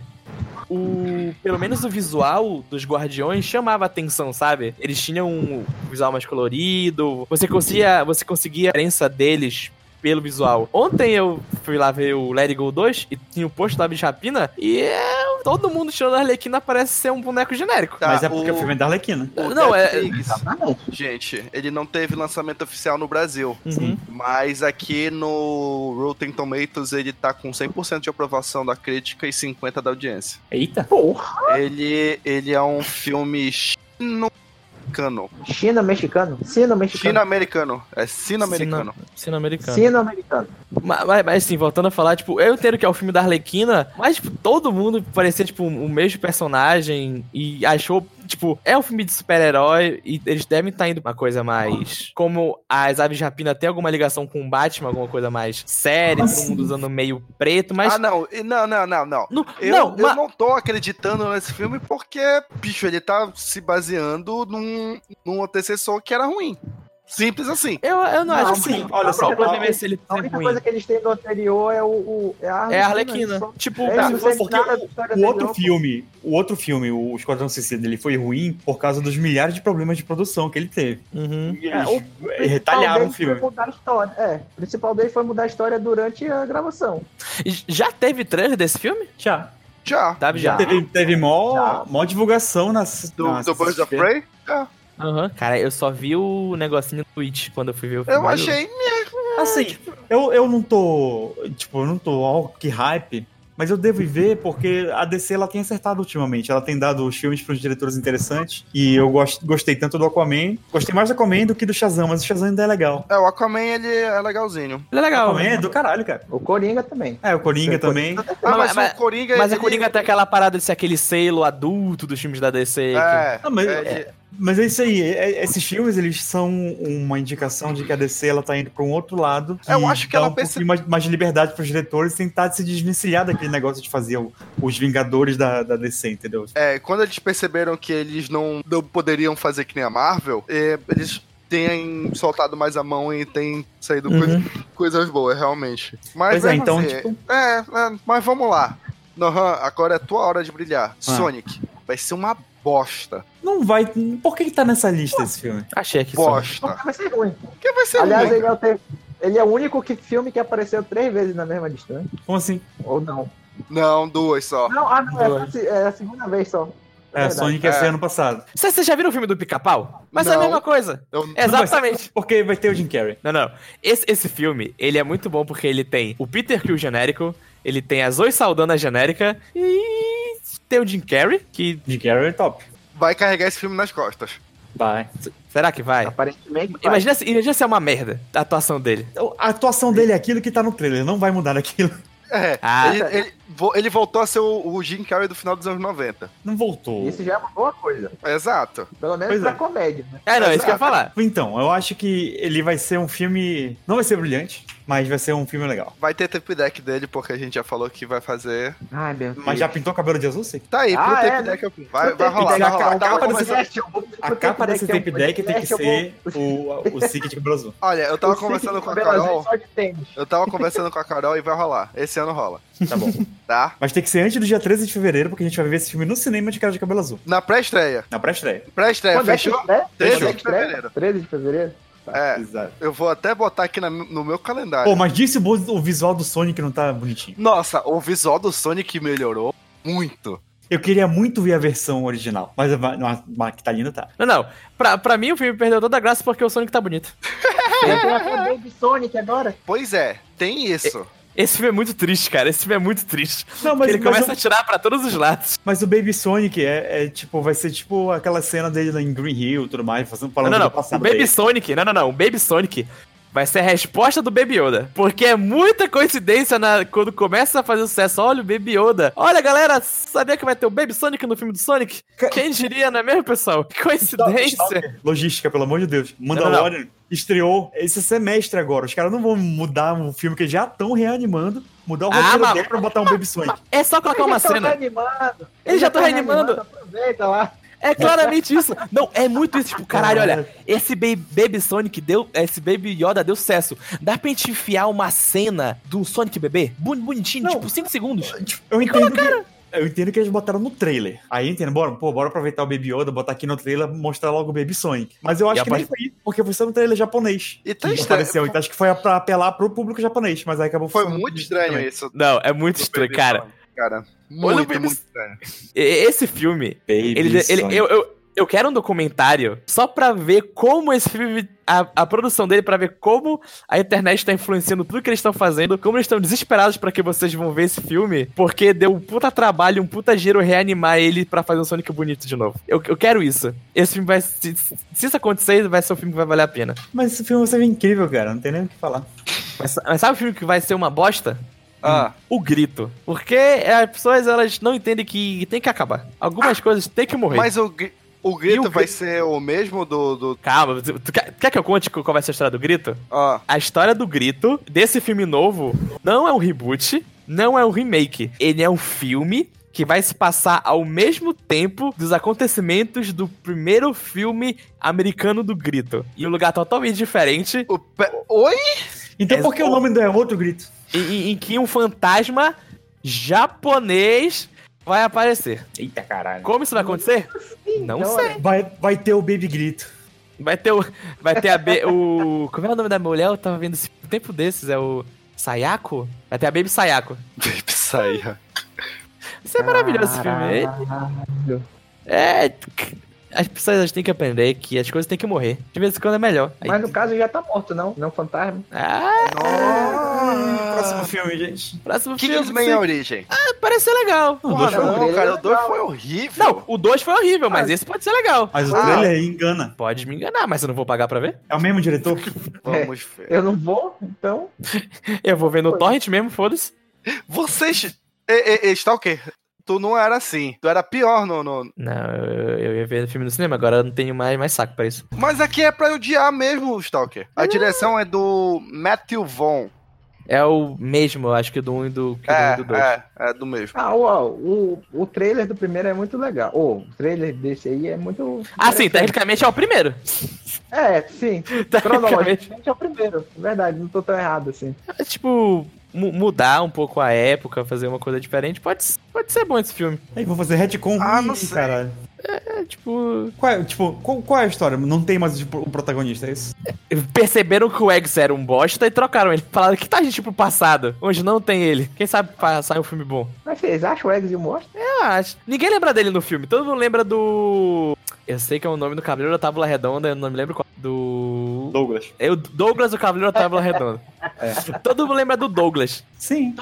S2: o pelo menos o visual dos Guardiões chamava atenção, sabe? Eles tinham um visual mais colorido, você conseguia, você conseguia a diferença deles pelo visual. Ontem eu fui lá ver o Let It Go 2 e tinha o posto da Aves de Rapina e é, todo mundo tirando a Arlequina parece ser um boneco genérico.
S1: Tá,
S3: Mas é porque o,
S1: o-
S3: filme é da Arlequina.
S1: O
S2: Não,
S1: Dead
S2: é-
S1: Pigs,
S4: Ah,
S1: gente, ele não teve lançamento oficial no Brasil.
S2: Uhum.
S1: Mas aqui no Rotten Tomatoes ele tá com 100% de aprovação da crítica e 50% da audiência.
S2: Eita.
S4: Porra,
S1: Ele, ele é um filme chino-americano.
S4: China mexicano? Sino mexicano.
S1: Chino-americano. É sino-americano.
S2: Sino americano.
S4: Sino americano.
S2: Ma- Mas, mas assim, voltando a falar, tipo, eu entendo que é o filme da Arlequina, mas tipo, todo mundo parecia, tipo, um- o mesmo personagem e achou, tipo, é um filme de super-herói e eles devem estar indo pra uma coisa mais. Como as aves de rapina tem alguma ligação com o Batman, alguma coisa mais séria, todo mundo usando meio preto, mas.
S1: Ah, não. e- Não, não, não, não.
S2: não,
S1: Eu,
S2: não,
S1: eu
S2: ma-
S1: não tô acreditando nesse filme porque, bicho, ele tá se baseando num, num antecessor que era ruim. Simples assim.
S2: eu, eu não,
S4: Não,
S2: acho
S4: assim,
S2: assim.
S3: olha
S2: o
S3: só,
S2: problema
S4: a-
S2: é se ele
S4: A
S2: ser
S4: única
S2: ruim.
S4: coisa que eles têm do anterior é o. o- é a
S2: É a Arlequina.
S4: só-
S2: Tipo,
S4: Eles
S3: tá,
S4: não sabem
S3: porque
S4: nada
S3: o-
S4: da história
S3: O
S4: do
S3: outro
S4: jogo.
S3: filme, o outro filme, o Esquadrão Suicida, ele foi ruim por causa dos milhares de problemas de produção que ele teve.
S2: Uhum.
S3: E
S4: É,
S3: eles
S4: o
S3: eh, retalharam o
S4: principal deles
S3: filme.
S4: foi mudar a história. É, o principal dele foi mudar a história durante a gravação.
S2: E Já teve trailer desse filme?
S3: Já.
S1: Já.
S2: Tá, já.
S3: Teve, teve mó,
S4: Já.
S3: mó divulgação na.
S1: Do,
S3: na
S1: do Birds of
S3: sexta-feira.
S1: Prey? Já.
S2: Aham. Cara, eu só vi o negocinho do Twitch quando eu fui ver o filme.
S1: Eu achei.
S3: Assim, eu, eu não tô. Tipo, eu não tô. Ó, que hype. Mas eu devo ir ver porque a DC ela tem acertado ultimamente. Ela tem dado os filmes para os diretores interessantes. E eu gost, gostei tanto do Aquaman. Gostei mais do Aquaman do que do Shazam, mas o Shazam ainda é legal.
S1: É, o Aquaman ele é legalzinho.
S2: Ele é legal.
S3: Aquaman é do caralho, cara.
S4: O Coringa também.
S3: É, o Coringa também.
S1: Ah, mas,
S2: Mas- mas-
S1: o Coringa.
S2: Mas a
S1: ele-
S2: Coringa tem aquela parada de ser aquele selo adulto dos filmes da DC. que-
S1: É,
S3: Ah, mas-
S1: é, ele-
S3: Mas é isso aí. é- é- esses filmes, eles são uma indicação de que a DC ela tá indo para um outro lado.
S1: Eu acho que
S3: dá
S1: ela
S3: um
S1: perce-
S3: pouquinho mais, mais de liberdade para os diretores tentar se desvencilhar daquele negócio de fazer o- os Vingadores da, da DC, entendeu?
S1: É, quando eles perceberam que eles não, não poderiam fazer que nem a Marvel, é, eles têm soltado mais a mão e têm saído
S2: Uhum.
S1: coisa- coisas boas, realmente. Mas
S3: Pois é,
S1: mesmo
S3: então,
S1: assim,
S3: tipo-
S1: é, é, mas vamos lá. Nohan, agora é tua hora de brilhar.
S3: Ah.
S1: Sonic, vai ser uma bosta.
S3: Não vai. Por que, que tá nessa lista esse filme?
S2: Achei aqui. só.
S1: Bosta.
S4: Porque vai ser ruim.
S1: Porque vai ser
S4: Aliás,
S1: ruim.
S4: ele é, o te- ele é o único que- filme que apareceu três vezes na mesma lista, né?
S3: Como assim?
S4: Ou não?
S1: Não, duas só.
S4: Não, ah, não, é,
S2: Dois.
S4: a se- é a segunda vez só.
S3: É,
S4: Verdade.
S3: Sonic ia ser
S1: É.
S3: ano passado.
S2: Vocês vocês já viram o filme do Pica-Pau? Mas é a
S1: Não.
S2: mesma coisa.
S1: Eu-
S2: Exatamente.
S3: Porque vai ter o Jim Carrey.
S2: Não, não. Esse, esse filme, ele é muito bom porque ele tem o Peter Quill genérico, ele tem a Zoe Saldana genérica e tem o Jim Carrey, que...
S3: Jim Carrey é top.
S1: Vai carregar esse filme nas costas.
S3: Vai.
S2: Será que vai?
S4: Aparentemente. vai.
S2: Imagina se, imagina se é uma merda a atuação dele.
S3: Então, A atuação dele é aquilo que tá no trailer, não vai mudar aquilo.
S1: É,
S2: Ah.
S1: ele, ele vo- ele voltou a ser o, o Jim Carrey do final dos anos 90.
S3: Não voltou.
S4: Isso já é uma boa coisa.
S1: Exato.
S4: Pelo menos
S3: Pois
S4: pra
S3: é.
S4: comédia, né?
S2: É, não, é isso que eu ia falar.
S3: Então, eu acho que ele vai ser um filme. Não vai ser brilhante, mas vai ser um filme legal.
S1: Vai ter tape deck dele, porque a gente já falou que vai fazer.
S4: Ai, meu Deus.
S3: Mas já pintou o cabelo de azul, sei.
S1: Tá aí, pro
S4: Ah,
S1: tape
S4: é, né?
S1: deck eu... vai, vai
S4: tape é um
S1: rolar,
S3: deck,
S1: vai rolar.
S3: a capa
S1: Tava
S3: desse-
S1: conversando-
S3: A capa desse
S2: um
S3: tape deck tem que ser o, o Sick de cabelo azul.
S1: Olha, eu tava conversando com a Carol.
S4: Só de tênis.
S1: Eu tava conversando com a Carol e vai rolar. Esse ano rola,
S3: Tá bom.
S1: tá?
S3: Mas tem que ser antes do dia 13 de fevereiro, porque a gente vai ver esse filme no cinema de cara de cabelo azul.
S1: Na pré-estreia.
S3: Na pré-estreia.
S1: Pré-estreia,
S4: Quando é que
S1: fechou?
S4: estreia?
S1: Treze
S4: Quando é que
S1: de
S4: estreia?
S1: fevereiro.
S4: 13 de fevereiro?
S1: É.
S3: Exato.
S1: Eu vou até botar aqui na- no meu
S3: Pô,
S1: calendário.
S3: mas disse o, bo- o visual do Sonic não tá bonitinho.
S1: Nossa, o visual do Sonic melhorou muito.
S3: Eu queria muito ver a versão original, mas a, ma- ma- ma- que tá linda tá.
S2: Não, não. Pra, pra mim, o filme perdeu toda a graça porque o Sonic tá bonito.
S1: É.
S4: Tem até Baby Sonic agora.
S1: Pois é, tem isso.
S2: Esse filme é muito triste, cara. Esse filme é muito triste.
S3: Não, mas,
S2: ele
S3: mas
S2: começa
S3: o-
S2: a tirar pra todos os lados.
S3: mas o Baby Sonic é, é, tipo, vai ser tipo aquela cena dele lá em Green Hill e tudo mais, fazendo,
S2: Não,
S3: falando
S2: não,
S3: do
S2: não. O
S3: passado
S2: Baby
S3: dele.
S2: Sonic, não, não, não. O Baby Sonic Vai ser a resposta do Baby Yoda. Porque é muita coincidência na- quando começa a fazer sucesso. Olha o Baby Yoda. Olha, galera, sabia que vai ter o Baby Sonic no filme do Sonic? Quem diria, não é mesmo, pessoal? Que coincidência.
S3: Logística, pelo amor de Deus. Mandalorian estreou esse semestre agora. Os caras não vão mudar um filme que já estão reanimando, mudar o
S2: Ah,
S3: roteiro
S2: mas-
S3: dele pra botar um Baby Sonic.
S2: É só colocar uma
S4: Eles já tão
S2: cena.
S4: reanimando.
S2: Eles já tão
S4: tão
S2: reanimando.
S4: Aproveita lá.
S2: É claramente isso. Não, é muito isso. Tipo, caralho, olha, esse Baby, Baby Sonic deu. Esse Baby Yoda deu sucesso. Dá pra gente enfiar uma cena do Sonic bebê? Boni- Bonitinho,
S3: Não.
S2: tipo, 5 segundos.
S3: Eu entendo que... Eu entendo que eles botaram no trailer. Aí eu entendo, bora, pô, bora aproveitar o Baby Yoda, botar aqui no trailer, mostrar logo o Baby Sonic. Mas eu
S2: E
S3: acho
S2: a
S3: que
S2: parte-
S3: nem foi, porque foi só no trailer japonês.
S1: E tá
S3: que
S1: estranho.
S3: apareceu. Então acho que foi pra apelar pro público japonês, mas aí acabou
S1: Foi
S3: funcionando
S1: muito estranho
S3: também.
S1: isso.
S2: Não, é muito
S1: do
S2: estranho,
S1: Baby
S2: cara.
S1: Sonic, Cara, muito,
S2: Baby-
S1: muito estranho.
S2: E- Esse filme,
S3: Baby
S2: Ele, ele,
S3: Sonic.
S2: eu, eu, eu quero um documentário só pra ver como esse filme. A, a produção dele, pra ver como a internet tá influenciando tudo que eles estão fazendo, como eles estão desesperados pra que vocês vão ver esse filme, porque deu um puta trabalho, um puta giro reanimar ele pra fazer um Sonic bonito de novo. Eu, eu quero isso. Esse filme vai. Se, se isso acontecer, vai ser um filme que vai valer a pena.
S3: Mas esse filme vai ser incrível, cara. Não tem nem o que falar.
S2: Mas, mas sabe o filme que vai ser uma bosta?
S1: Ah,
S2: O grito. Porque as pessoas elas não entendem que tem que acabar. Algumas coisas têm que morrer.
S1: mas o, gri- o grito
S2: E o
S1: vai
S2: grito?
S1: ser o mesmo do. do...
S2: Calma, tu, tu quer, quer que eu conte co- qual vai ser a história do grito?
S1: Ah,
S2: A história do grito desse filme novo não é um reboot, não é um remake. Ele é um filme que vai se passar ao mesmo tempo dos acontecimentos do primeiro filme americano do grito. Em um lugar totalmente diferente,
S1: o pe- Oi?
S3: Então
S2: É
S3: por que o
S2: só-
S3: nome do é outro grito?
S2: em, em- em que um fantasma japonês vai aparecer.
S3: Eita caralho.
S2: Como isso vai acontecer? Não
S4: então,
S2: sei.
S3: Vai, vai ter o Baby Grito.
S2: Vai ter o. Vai ter a B. O. Como é o nome da mulher? Eu tava vendo esse um tempo desses, é o. Sayako? Vai ter a Baby Sayako.
S1: Baby Saia.
S2: Isso é maravilhoso esse filme. Ele- É. As pessoas elas têm que aprender que as coisas têm que morrer. De vez em quando é melhor. Aí-
S4: Mas no caso já tá morto, não? Não fantasma.
S2: Ah,
S1: Ah,
S3: Próximo filme, gente.
S2: próximo
S1: Kingsman é a
S2: filme.
S1: origem.
S2: sim, Parece ser legal.
S3: Não, dois
S1: não, Ah.
S4: foi horrível,
S1: cara, o
S4: legal.
S1: 2 foi horrível.
S2: um- Não, o 2 foi horrível, mas esse pode ser legal.
S3: Mas o
S1: Ah.
S3: trailer aí engana.
S2: Pode me enganar, mas eu não vou pagar pra ver.
S3: É o mesmo diretor?
S1: Vamos ver.
S4: Eu não vou, então.
S2: Eu vou ver no Torrent mesmo, foda-se.
S1: Vocês. E, e, está o quê? Tu não era assim. Tu era pior no. no-
S2: Não, eu, eu ia ver filme no cinema, agora eu não tenho mais, mais saco pra isso.
S1: Mas aqui é pra odiar mesmo, Stalker. A direção é do Matthew Vaughn.
S2: É o mesmo, eu acho que do 1 um e do, que
S1: É,
S2: do 2.
S1: é, é do mesmo.
S4: Ah, ó, o, o trailer do primeiro é muito legal. Ô, o trailer desse aí é muito.
S2: Ah, sim, tecnicamente é o primeiro.
S4: É, sim.
S2: Tecnicamente.
S4: Cronologicamente é o primeiro. Verdade, não tô tão errado assim.
S2: É, tipo, mu- mudar um pouco a época, fazer uma coisa diferente, pode, pode ser bom esse filme.
S3: Aí vou fazer retcon.
S1: Ah,
S3: Ih,
S1: não sei.
S3: Caralho.
S2: É, tipo.
S3: Qual é, tipo, qual, qual é a história? Não tem mais tipo, o protagonista, é isso?
S2: Perceberam que o Eggs era um bosta e trocaram ele. Falaram que tá a gente pro passado, onde não tem ele. Quem sabe pa- sai um filme bom.
S4: Mas vocês acham o Eggs e o Monstro?
S2: Eu acho. Ninguém lembra dele no filme, todo mundo lembra do. Eu sei que é o nome do Cavaleiro da Tábula Redonda, eu não me lembro qual. Do.
S3: Douglas.
S2: É o Douglas, o Cavaleiro da Tábula Redonda. Todo mundo lembra do Douglas.
S3: Sim.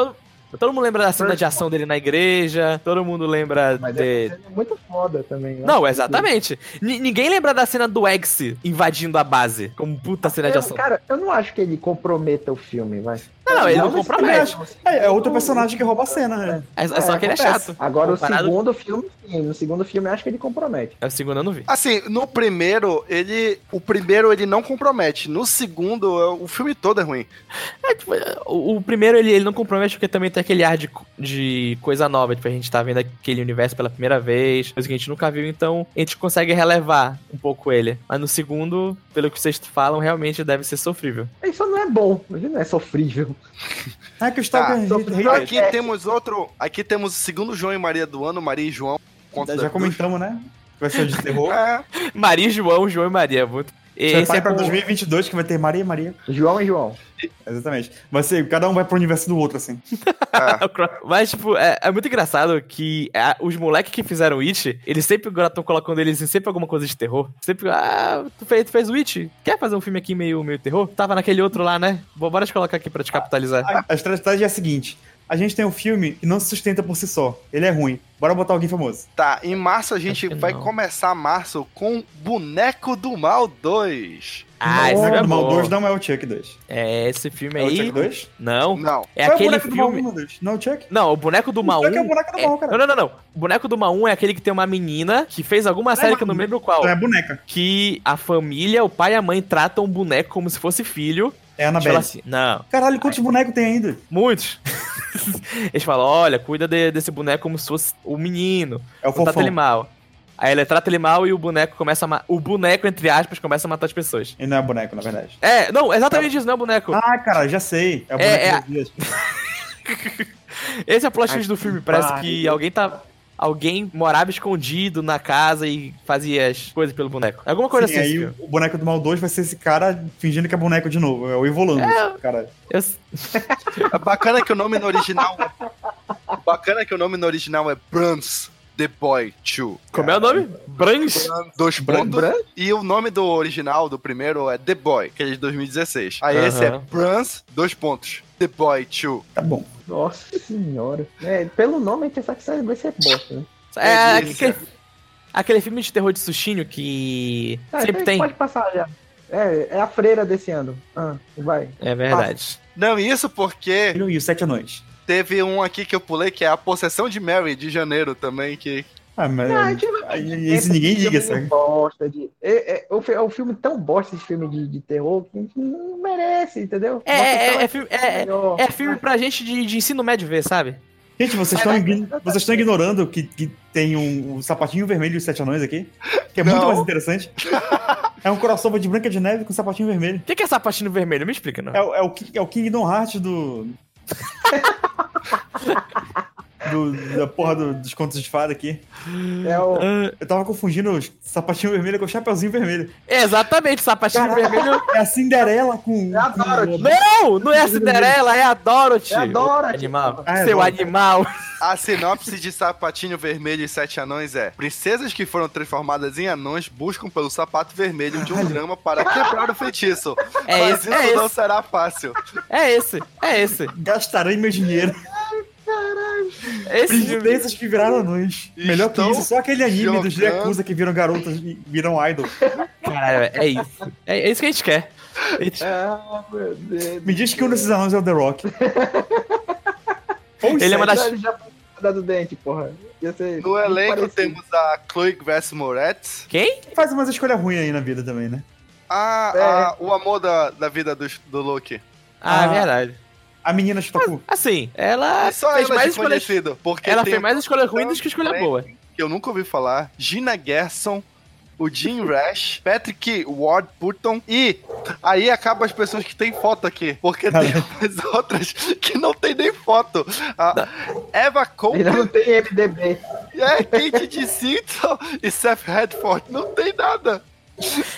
S2: Todo mundo lembra da cena de ação dele na igreja, todo mundo lembra
S4: Mas
S2: de...
S4: essa cena é muito foda também. né?
S2: Não, exatamente. Ni- ninguém lembra da cena do Ex invadindo a base, como puta cena é de
S4: Eu-
S2: ação.
S4: cara, eu não acho que ele comprometa o filme, vai.
S2: Não, não, ele um não
S3: Não, mas
S2: compromete.
S3: eu É, é outro personagem que rouba a cena, né?
S2: É, é só que ele é
S3: acontece.
S2: chato.
S4: Agora
S2: Comparado-
S4: o segundo filme, sim. No segundo filme eu acho que ele compromete.
S2: É o segundo eu não vi.
S1: Assim, no primeiro, ele. O primeiro ele não compromete. No segundo, é- o filme todo é ruim.
S2: É, tipo, é, o, o primeiro ele, ele não compromete porque também tem aquele ar de, co- de coisa nova, tipo, a gente tá vendo aquele universo pela primeira vez, coisa que a gente nunca viu, então a gente consegue relevar um pouco ele. Mas no segundo, pelo que vocês falam, realmente deve ser sofrível.
S4: Isso não é bom, ele não é sofrível.
S3: É que o Stalker
S4: Tá.
S3: Hater-
S4: Só-
S3: Hater.
S1: Aqui
S4: é.
S1: temos outro. Aqui temos o segundo João e Maria do ano, Maria e João. Conta
S3: Já
S1: da Cruz.
S3: comentamos, né? Vai ser o de terror.
S1: É,
S2: Maria, e João, João e Maria, é muito.
S3: Você
S2: Esse
S3: vai
S2: é
S3: pra
S2: pro-
S3: 2022 que vai ter Maria e Maria.
S4: João e João.
S3: Exatamente. Vai ser, cada um vai pro universo do outro, assim.
S1: é.
S2: É o Cro- Mas, tipo, é, é muito engraçado que é, os moleques que fizeram It, eles sempre estão colocando eles em sempre alguma coisa de terror. Sempre, ah, tu fez, tu fez o It? Quer fazer um filme aqui meio, meio terror? Tava naquele outro lá, né? Bom, bora te colocar aqui pra te capitalizar.
S3: A, a estratégia é a seguinte: a gente tem um filme que não se sustenta por si só. Ele é ruim. Bora botar alguém famoso.
S1: Tá, em março a gente
S2: Acho que
S1: vai
S2: não.
S1: começar março com Boneco do Mal 2.
S2: Ah, esse
S3: Não,
S2: filme é
S3: Mal
S2: bom.
S3: 2 não é o Chuck 2.
S2: É, esse filme
S3: É o
S2: aí.
S3: Chuck 2?
S2: Não.
S1: Não,
S2: É
S3: Qual
S2: aquele
S3: o boneco do mal
S2: filme.
S3: 1, meu Deus? Não é o Chuck?
S2: Não, o boneco do mal
S3: Chuck é o
S2: 1.
S3: boneco do mal, cara.
S2: Não, não, não, não. O boneco do mal 1 é aquele que tem uma menina que fez alguma série que eu não me lembro qual.
S3: É a boneca.
S2: Que a família, o pai e a mãe tratam o boneco como se fosse filho.
S3: É a
S2: Eles falam
S3: Annabelle.
S2: assim, não,
S3: Caralho, quantos bonecos tem ainda?
S2: muitos. Eles falam, olha, cuida de- desse boneco como se fosse o menino.
S3: É o
S2: Trata
S3: fofão.
S2: ele mal. Aí ele trata ele mal e o boneco começa a ma- O boneco, entre aspas, começa a matar as pessoas.
S3: Ele não é boneco, na verdade.
S2: É, não, exatamente isso, não é o boneco.
S3: Ah, cara, já sei. É o boneco
S2: é a-
S3: dos dias.
S2: Esse é o plot twist do filme. Parece que
S3: pariu.
S2: alguém tá. Alguém morava escondido na casa e fazia as coisas pelo boneco. Alguma coisa
S3: Sim,
S2: assim. esse
S3: aí
S2: filme.
S3: o boneco do mal 2 vai ser esse cara fingindo que é boneco de novo. É o Evolando. Cara,
S2: Eu-
S1: é bacana que o nome no original. bacana que o nome no original é Brans The Boy 2.
S2: Como é o nome? Brans?
S1: Dois
S4: Bran-
S1: pontos.
S4: Bran?
S1: E o nome do original, do primeiro, é The Boy, que é de 2016. Aí
S2: Aham.
S1: esse é Brans, dois pontos. The Boy 2.
S3: tá bom.
S4: Nossa senhora. É, pelo nome, a gente sabe que isso aí vai ser bosta, né?
S2: É
S1: delícia.
S2: aquele, aquele filme de terror de sushinho que
S4: Ah,
S2: sempre
S4: então
S2: tem.
S4: Pode passar já. É, é a freira desse ano. Ah, vai.
S2: É verdade.
S1: Não, isso porque
S3: E o Sete Anões.
S1: teve um aqui que eu pulei, que é a Possessão de Mary, de janeiro também, que...
S3: Ah, mas.
S4: Ah, a gente vai-
S3: aí- Esse ninguém
S4: filme é
S3: liga, sabe?
S4: Bosta de... é, é, o, fi- é um filme tão bosta esse filme de, de terror que a gente não merece, entendeu?
S2: É, é, é, filme, é, é-
S4: melhor.
S2: é filme pra gente de, de ensino médio ver, sabe?
S3: Gente, vocês estão ign- vocês estão ignorando que, que tem um, um sapatinho vermelho e os sete anões aqui? Que é muito
S1: Não.
S3: mais interessante. é um crossover de Branca de Neve com sapatinho vermelho.
S2: O que que é sapatinho vermelho? Me explica, não.
S3: É, o- é o, Ki- é o Kingdom Hearts do. do- da porra do- dos contos de fada aqui.
S4: É o...
S2: Ah,
S3: Eu tava confundindo os sapatinho vermelho com o chapeuzinho vermelho.
S2: exatamente, sapatinho
S3: Caralho.
S2: vermelho.
S3: É a Cinderela com.
S4: Eu adoro,
S3: com-
S4: tio.
S2: Não, não é a Cinderela, é a Dorothy.
S4: É a Dorothy.
S2: Animal.
S3: Ah, é
S2: Seu
S3: Dorothy.
S2: animal.
S1: A sinopse de Sapatinho Vermelho e Sete Anões é: Princesas que foram transformadas em anões buscam pelo sapato vermelho de um grama para quebrar o feitiço.
S2: É
S1: Mas
S2: esse,
S1: isso
S2: é
S1: não
S2: esse.
S1: será fácil.
S2: É esse, é esse.
S3: Gastarei meu dinheiro.
S2: é Esse filme.
S3: Princesas que viraram anões. Melhor que
S1: Estão
S3: isso, só aquele anime dos
S1: jogando.
S3: Yakuza que viram garotas e viram idol.
S2: Caralho, é isso. É, é isso que a gente quer. A gente-
S4: Ah, meu Deus.
S3: Me diz que um desses anões é o The Rock. Ou os
S2: Ele é uma
S3: sete.
S2: das-
S4: Ele já foi dar do dente, porra. Ia ser
S1: No elenco
S4: parecido.
S1: temos a Chloe Grace Moretz,
S2: Quem?
S3: Faz umas escolhas ruins aí na vida também, né?
S1: a,
S4: É.
S1: a- o amor da, da vida do, do Luke.
S2: Ah,
S3: Ah.
S2: verdade.
S3: A menina chuta cu.
S2: Assim, ela
S1: Uh. Só
S2: fez
S1: ela é
S2: mais escolhas.
S1: desconhecida, porque
S2: Ela
S1: tem
S2: fez mais escolha ruim
S1: Então,
S2: do que escolha
S1: bem.
S2: boa.
S1: que eu nunca ouvi falar, Gina Gerson, o Jim Rash, Patrick Ward Burton e aí acaba as pessoas que tem foto aqui, porque
S2: Tá
S1: tem as outras que não tem nem foto.
S2: Tá.
S1: A Eva Cole,
S4: Ele não tem MDB.
S1: é, Kate DeCito e Seth Redford, não tem nada.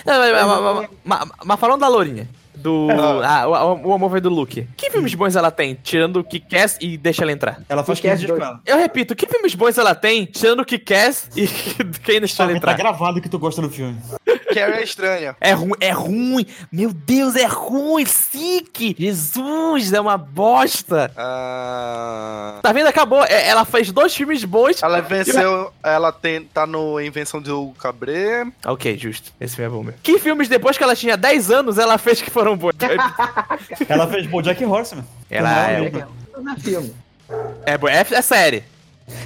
S2: Não, mas, mas- mas- mas- mas falando da Lourinha. Do. Ah, o, o amor vai do Luke. Que filmes bons ela tem, tirando o que quer e deixa ela entrar?
S3: Ela faz
S4: Que
S3: 15 dias
S4: dois.
S3: com ela.
S2: Eu repito, que filmes bons ela tem, tirando o que quer e quem deixa ela
S3: Tá, tá
S2: entrar?
S3: gravado que tu gosta do filme.
S1: Carrie é estranha.
S2: É ruim, é ruim! Meu Deus, é ruim! Sick! Jesus, é uma bosta!
S1: Ah,
S2: Tá vendo? Acabou. É- Ela fez dois filmes bons.
S1: Ela venceu, ela tem, tá no Invenção do Cabré.
S2: Ok, justo. Esse filme é bom mesmo. Que filmes depois que ela tinha 10 anos, ela fez que foram bons?
S3: Ela fez Bojack Horseman.
S2: Ela é,
S3: Não,
S4: Não é filme.
S2: é, bo- é, é série.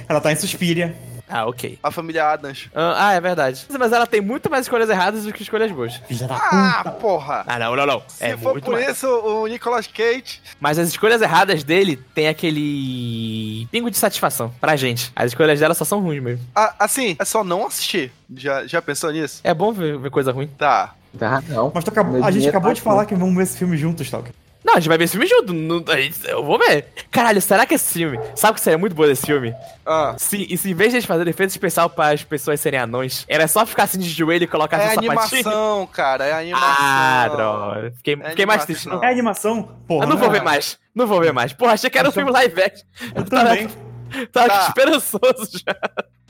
S3: Ela tá em Suspiria.
S2: Ah, ok.
S1: A família Adams.
S2: Ah, ah, é verdade. Mas ela tem muito mais escolhas erradas do que escolhas boas.
S3: Filha da puta.
S1: Ah, porra!
S2: Ah, não, não, não.
S1: Se
S2: É
S1: for
S2: muito
S1: por
S2: mais.
S1: isso, o Nicolas Cage
S2: Mas as escolhas erradas dele tem aquele pingo de satisfação pra gente. As escolhas dela só são ruins mesmo.
S1: A- assim, é só não assistir. Já, já pensou nisso?
S2: É bom ver, ver coisa ruim.
S1: Tá.
S4: Tá, não.
S3: Mas tu acabou-
S4: Meu
S3: a gente
S4: dinheiro
S3: acabou
S4: tá
S3: de falar que vamos ver esse filme juntos, Talk.
S2: Não, a gente vai ver esse filme junto. não- a gente- eu vou ver. Caralho, será que esse filme... Sabe o que seria muito bom desse filme?
S1: Ah,
S2: Sim, e se em vez de eles fazerem efeito especial para as pessoas serem anões, era só ficar assim de joelho e colocar
S1: é
S2: essa sapatinha?
S1: animação, cara. É animação.
S2: Ah, droga. Fiquei,
S1: É
S2: fiquei mais
S1: animação.
S2: triste. Não.
S3: É animação? Porra.
S2: Eu não vou ver mais. Não vou ver mais. Porra, achei que era um
S3: Então-
S2: filme live action.
S3: Eu também.
S2: Tava
S1: Tá.
S2: esperançoso já.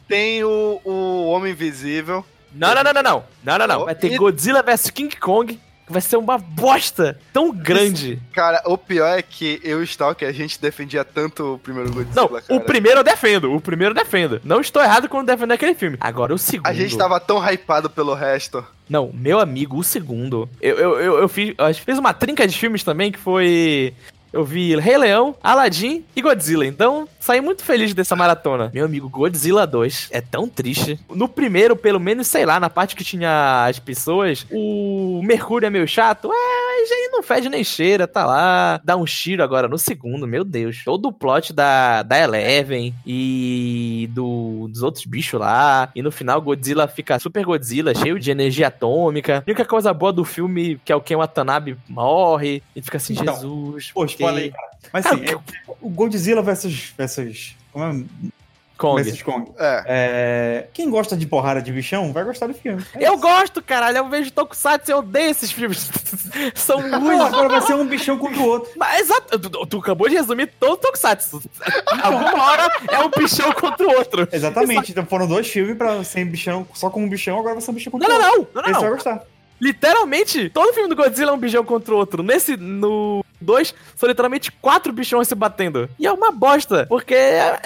S1: Tem o, o Homem Invisível.
S2: Não, não, não, não, não. Não, não, não. Vai ter Godzilla vs King Kong. vai ser uma bosta tão grande.
S1: Cara, o pior é que eu e o Stalker, a gente defendia tanto o primeiro
S2: Não,
S1: Godzilla, cara.
S2: o primeiro eu defendo, o primeiro eu defendo. Não estou errado quando defendo aquele filme. Agora o segundo.
S1: A gente tava tão hypado pelo resto.
S2: Não, meu amigo, o segundo. Eu, eu, eu, eu fiz, eu fiz uma trinca de filmes também que foi. Eu vi Rei Leão, Aladdin e Godzilla. Então, saí muito feliz dessa maratona. Meu amigo, Godzilla 2 é tão triste. No primeiro, pelo menos, sei lá, na parte que tinha as pessoas, o Mercúrio é meio chato. É, já aí não fede nem cheira, tá lá. Dá um tiro agora no segundo, meu Deus. Todo o plot da, da Eleven e do, dos outros bichos lá. E no final, Godzilla fica super Godzilla, cheio de energia atômica. E é a única coisa boa do filme que é o Ken Watanabe morre. E fica assim,
S3: Então,
S2: Jesus.
S3: Pô,
S2: por
S3: spoiler aí,
S2: quê?
S3: cara. Mas assim, é- o Godzilla versus. versus como é?
S2: Kong.
S3: Versus Kong.
S1: É.
S3: É, quem gosta de porrada de bichão vai gostar do filme. É
S2: Eu
S3: isso.
S2: gosto, caralho. Eu vejo Tokusatsu e eu odeio esses filmes. São
S3: Pô,
S2: ruins.
S3: agora vai ser um bichão contra o outro.
S2: Mas, exato, tu, tu acabou de resumir todo o Tokusatsu. Alguma hora é um bichão contra o outro.
S3: Exatamente. Então foram dois filmes pra ser bichão, só com um bichão, agora vai ser um bichão
S2: Não,
S3: contra
S2: não,
S3: o outro.
S2: não. não, não,
S3: Esse vai
S2: não.
S3: gostar.
S2: Literalmente, todo filme do Godzilla é um bichão contra o outro. Nesse, no 2, são literalmente quatro bichões se batendo. E é uma bosta, porque,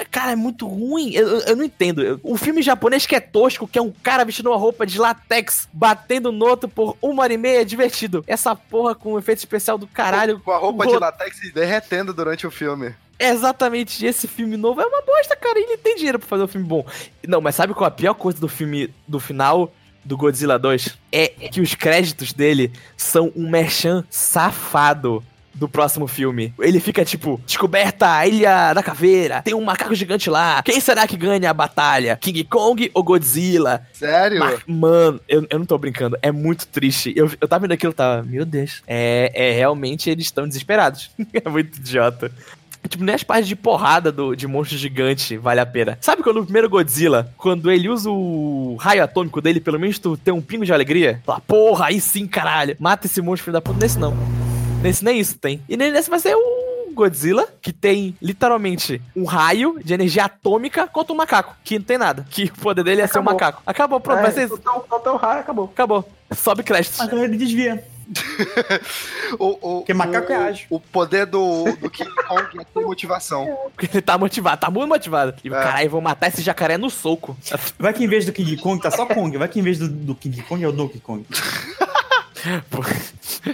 S2: cara, é muito ruim. Eu, eu- eu não entendo. Eu- Um filme japonês que é tosco, que é um cara vestindo uma roupa de latex, batendo no outro por uma hora e meia, é divertido. Essa porra com efeito especial do caralho.
S1: Com a roupa de
S2: Ro-
S1: latex se derretendo durante o filme.
S2: É Exatamente, esse filme novo é uma bosta, cara. e Ele tem dinheiro pra fazer um filme bom. Não, mas sabe qual é a pior coisa do filme do final do Godzilla 2? É que os créditos dele são um merchan safado do próximo filme. Ele fica tipo, descoberta a ilha da caveira, tem um macaco gigante lá. Quem será que ganha a batalha? King Kong ou Godzilla?
S1: Sério?
S2: Mas, mano, eu, eu não tô brincando, é muito triste. Eu, eu tava vendo aquilo e tava, meu Deus. É, é realmente eles estão desesperados. é muito idiota. Tipo, nem as partes de porrada do, de monstro gigante vale a pena. Sabe quando o primeiro Godzilla, quando ele usa o raio atômico dele, pelo menos tu tem um pingo de alegria? Fala, porra, aí sim, caralho. Mata esse monstro filho da puta. Nesse não. Nesse nem isso tem. E nem nesse vai ser o Godzilla, que tem literalmente um raio de energia atômica contra um macaco, que não tem nada. Que o poder dele é ser um
S4: Acabou.
S2: macaco. Acabou, pronto, vai ser isso.
S4: Soltou soltou o raio, acabou.
S2: Acabou. Sobe créditos.
S3: Mas ele desvia.
S1: O, o,
S3: Porque macaco é ágil.
S1: O poder do, do King Kong é ter motivação.
S2: Porque ele tá motivado, tá muito motivado. E,
S1: É.
S2: caralho, vou matar esse jacaré no soco.
S3: Vai que em vez do King Kong tá só Kong. Vai que em vez do, do King Kong é o Donkey Kong.
S2: Pô,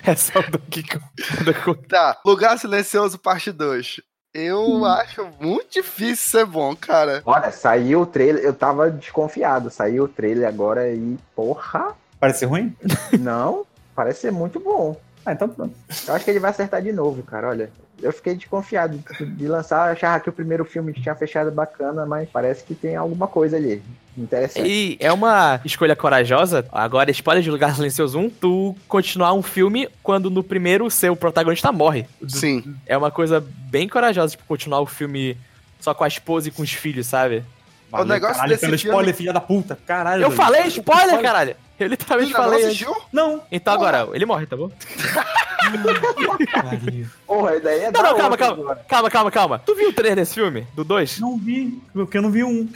S2: é só o Donkey Kong. Donkey Kong.
S1: Tá, Lugar Silencioso, parte 2. Eu acho muito difícil ser bom, cara.
S4: Olha, saiu o trailer, eu tava desconfiado, saiu o trailer agora e, porra,
S3: Parece ruim?
S4: não, parece ser muito bom.
S3: Ah, então pronto.
S4: Eu acho que ele vai acertar de novo, cara, olha. Eu fiquei desconfiado de, de lançar, eu achava que o primeiro filme tinha fechado bacana, mas parece que tem alguma coisa ali interessante.
S2: E é uma escolha corajosa. Agora, spoiler de Lugar Silencioso 1, tu continuar um filme quando no primeiro o seu protagonista morre.
S1: Sim.
S2: É uma coisa bem corajosa, tipo, continuar o filme só com a esposa e com os filhos, sabe?
S1: O negócio
S3: caralho,
S1: desse
S3: pelo
S1: filme-
S3: spoiler, filha da puta. Caralho.
S2: Eu
S3: velho.
S2: falei spoiler, caralho! Eu literalmente
S1: Ainda não
S2: falei.
S1: assistiu?
S3: Não.
S2: Então agora, ele morre, tá bom?
S3: Caralho.
S4: Porra, daí é
S2: Não,
S4: da
S2: não, calma,
S4: outra
S2: calma.
S4: agora.
S2: Calma, calma, calma. Tu viu o trailer desse filme? Do 2?
S3: Não vi. Porque eu não vi um.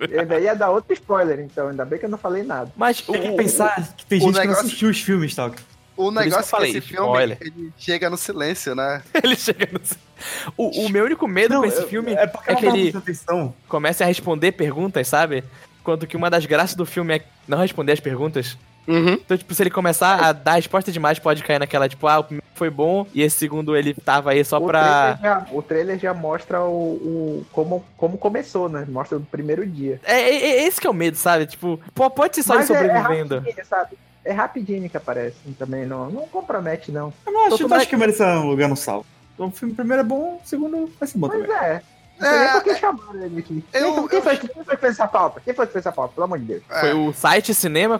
S4: E daí é dar outro spoiler, então, ainda bem que eu não falei nada.
S2: Mas o,
S3: Tem que pensar que tem
S1: o
S3: gente que não
S1: negócio-
S3: assistiu os filmes, tá? tal.
S1: O
S2: isso que eu
S1: negócio é
S2: falei,
S1: que esse filme,
S2: spoiler.
S1: ele chega no silêncio, né?
S2: ele chega no... o, o meu único medo com esse
S3: eu-
S2: filme
S3: é porque
S2: é
S3: eu não
S2: que
S4: tá
S3: tava
S2: ele-
S3: prestando atenção.
S2: comece a responder perguntas, sabe? Quanto que uma das graças do filme é não responder as perguntas.
S1: Uhum.
S2: Então, tipo, se ele começar a dar resposta demais, pode cair naquela, tipo, ah, o primeiro foi bom e esse segundo ele tava aí só
S4: o,
S2: pra.
S4: trailer já, o trailer já mostra o, o- como, como começou, né? Mostra o primeiro dia.
S2: É, é- é esse que é o medo, sabe? Tipo, pô, pode ser só ele
S4: Mas é- é
S2: sobrevivendo.
S4: rapidinho, sabe? É rapidinho que aparece também, não, não compromete, não.
S3: Eu não acho,
S2: Então,
S3: eu
S2: como é
S3: acho
S2: que-
S3: que merece um lugar no sal. O filme primeiro é bom, o segundo vai ser bom
S4: Pois
S3: também.
S4: é. Não sei
S1: É,
S4: nem por que chamaram ele aqui. Quem
S1: eu-
S4: foi- quem,
S1: eu-
S4: foi, quem foi que fez essa pauta? Quem foi que fez essa pauta? Pelo amor de Deus.
S1: É.
S2: Foi o site cinema.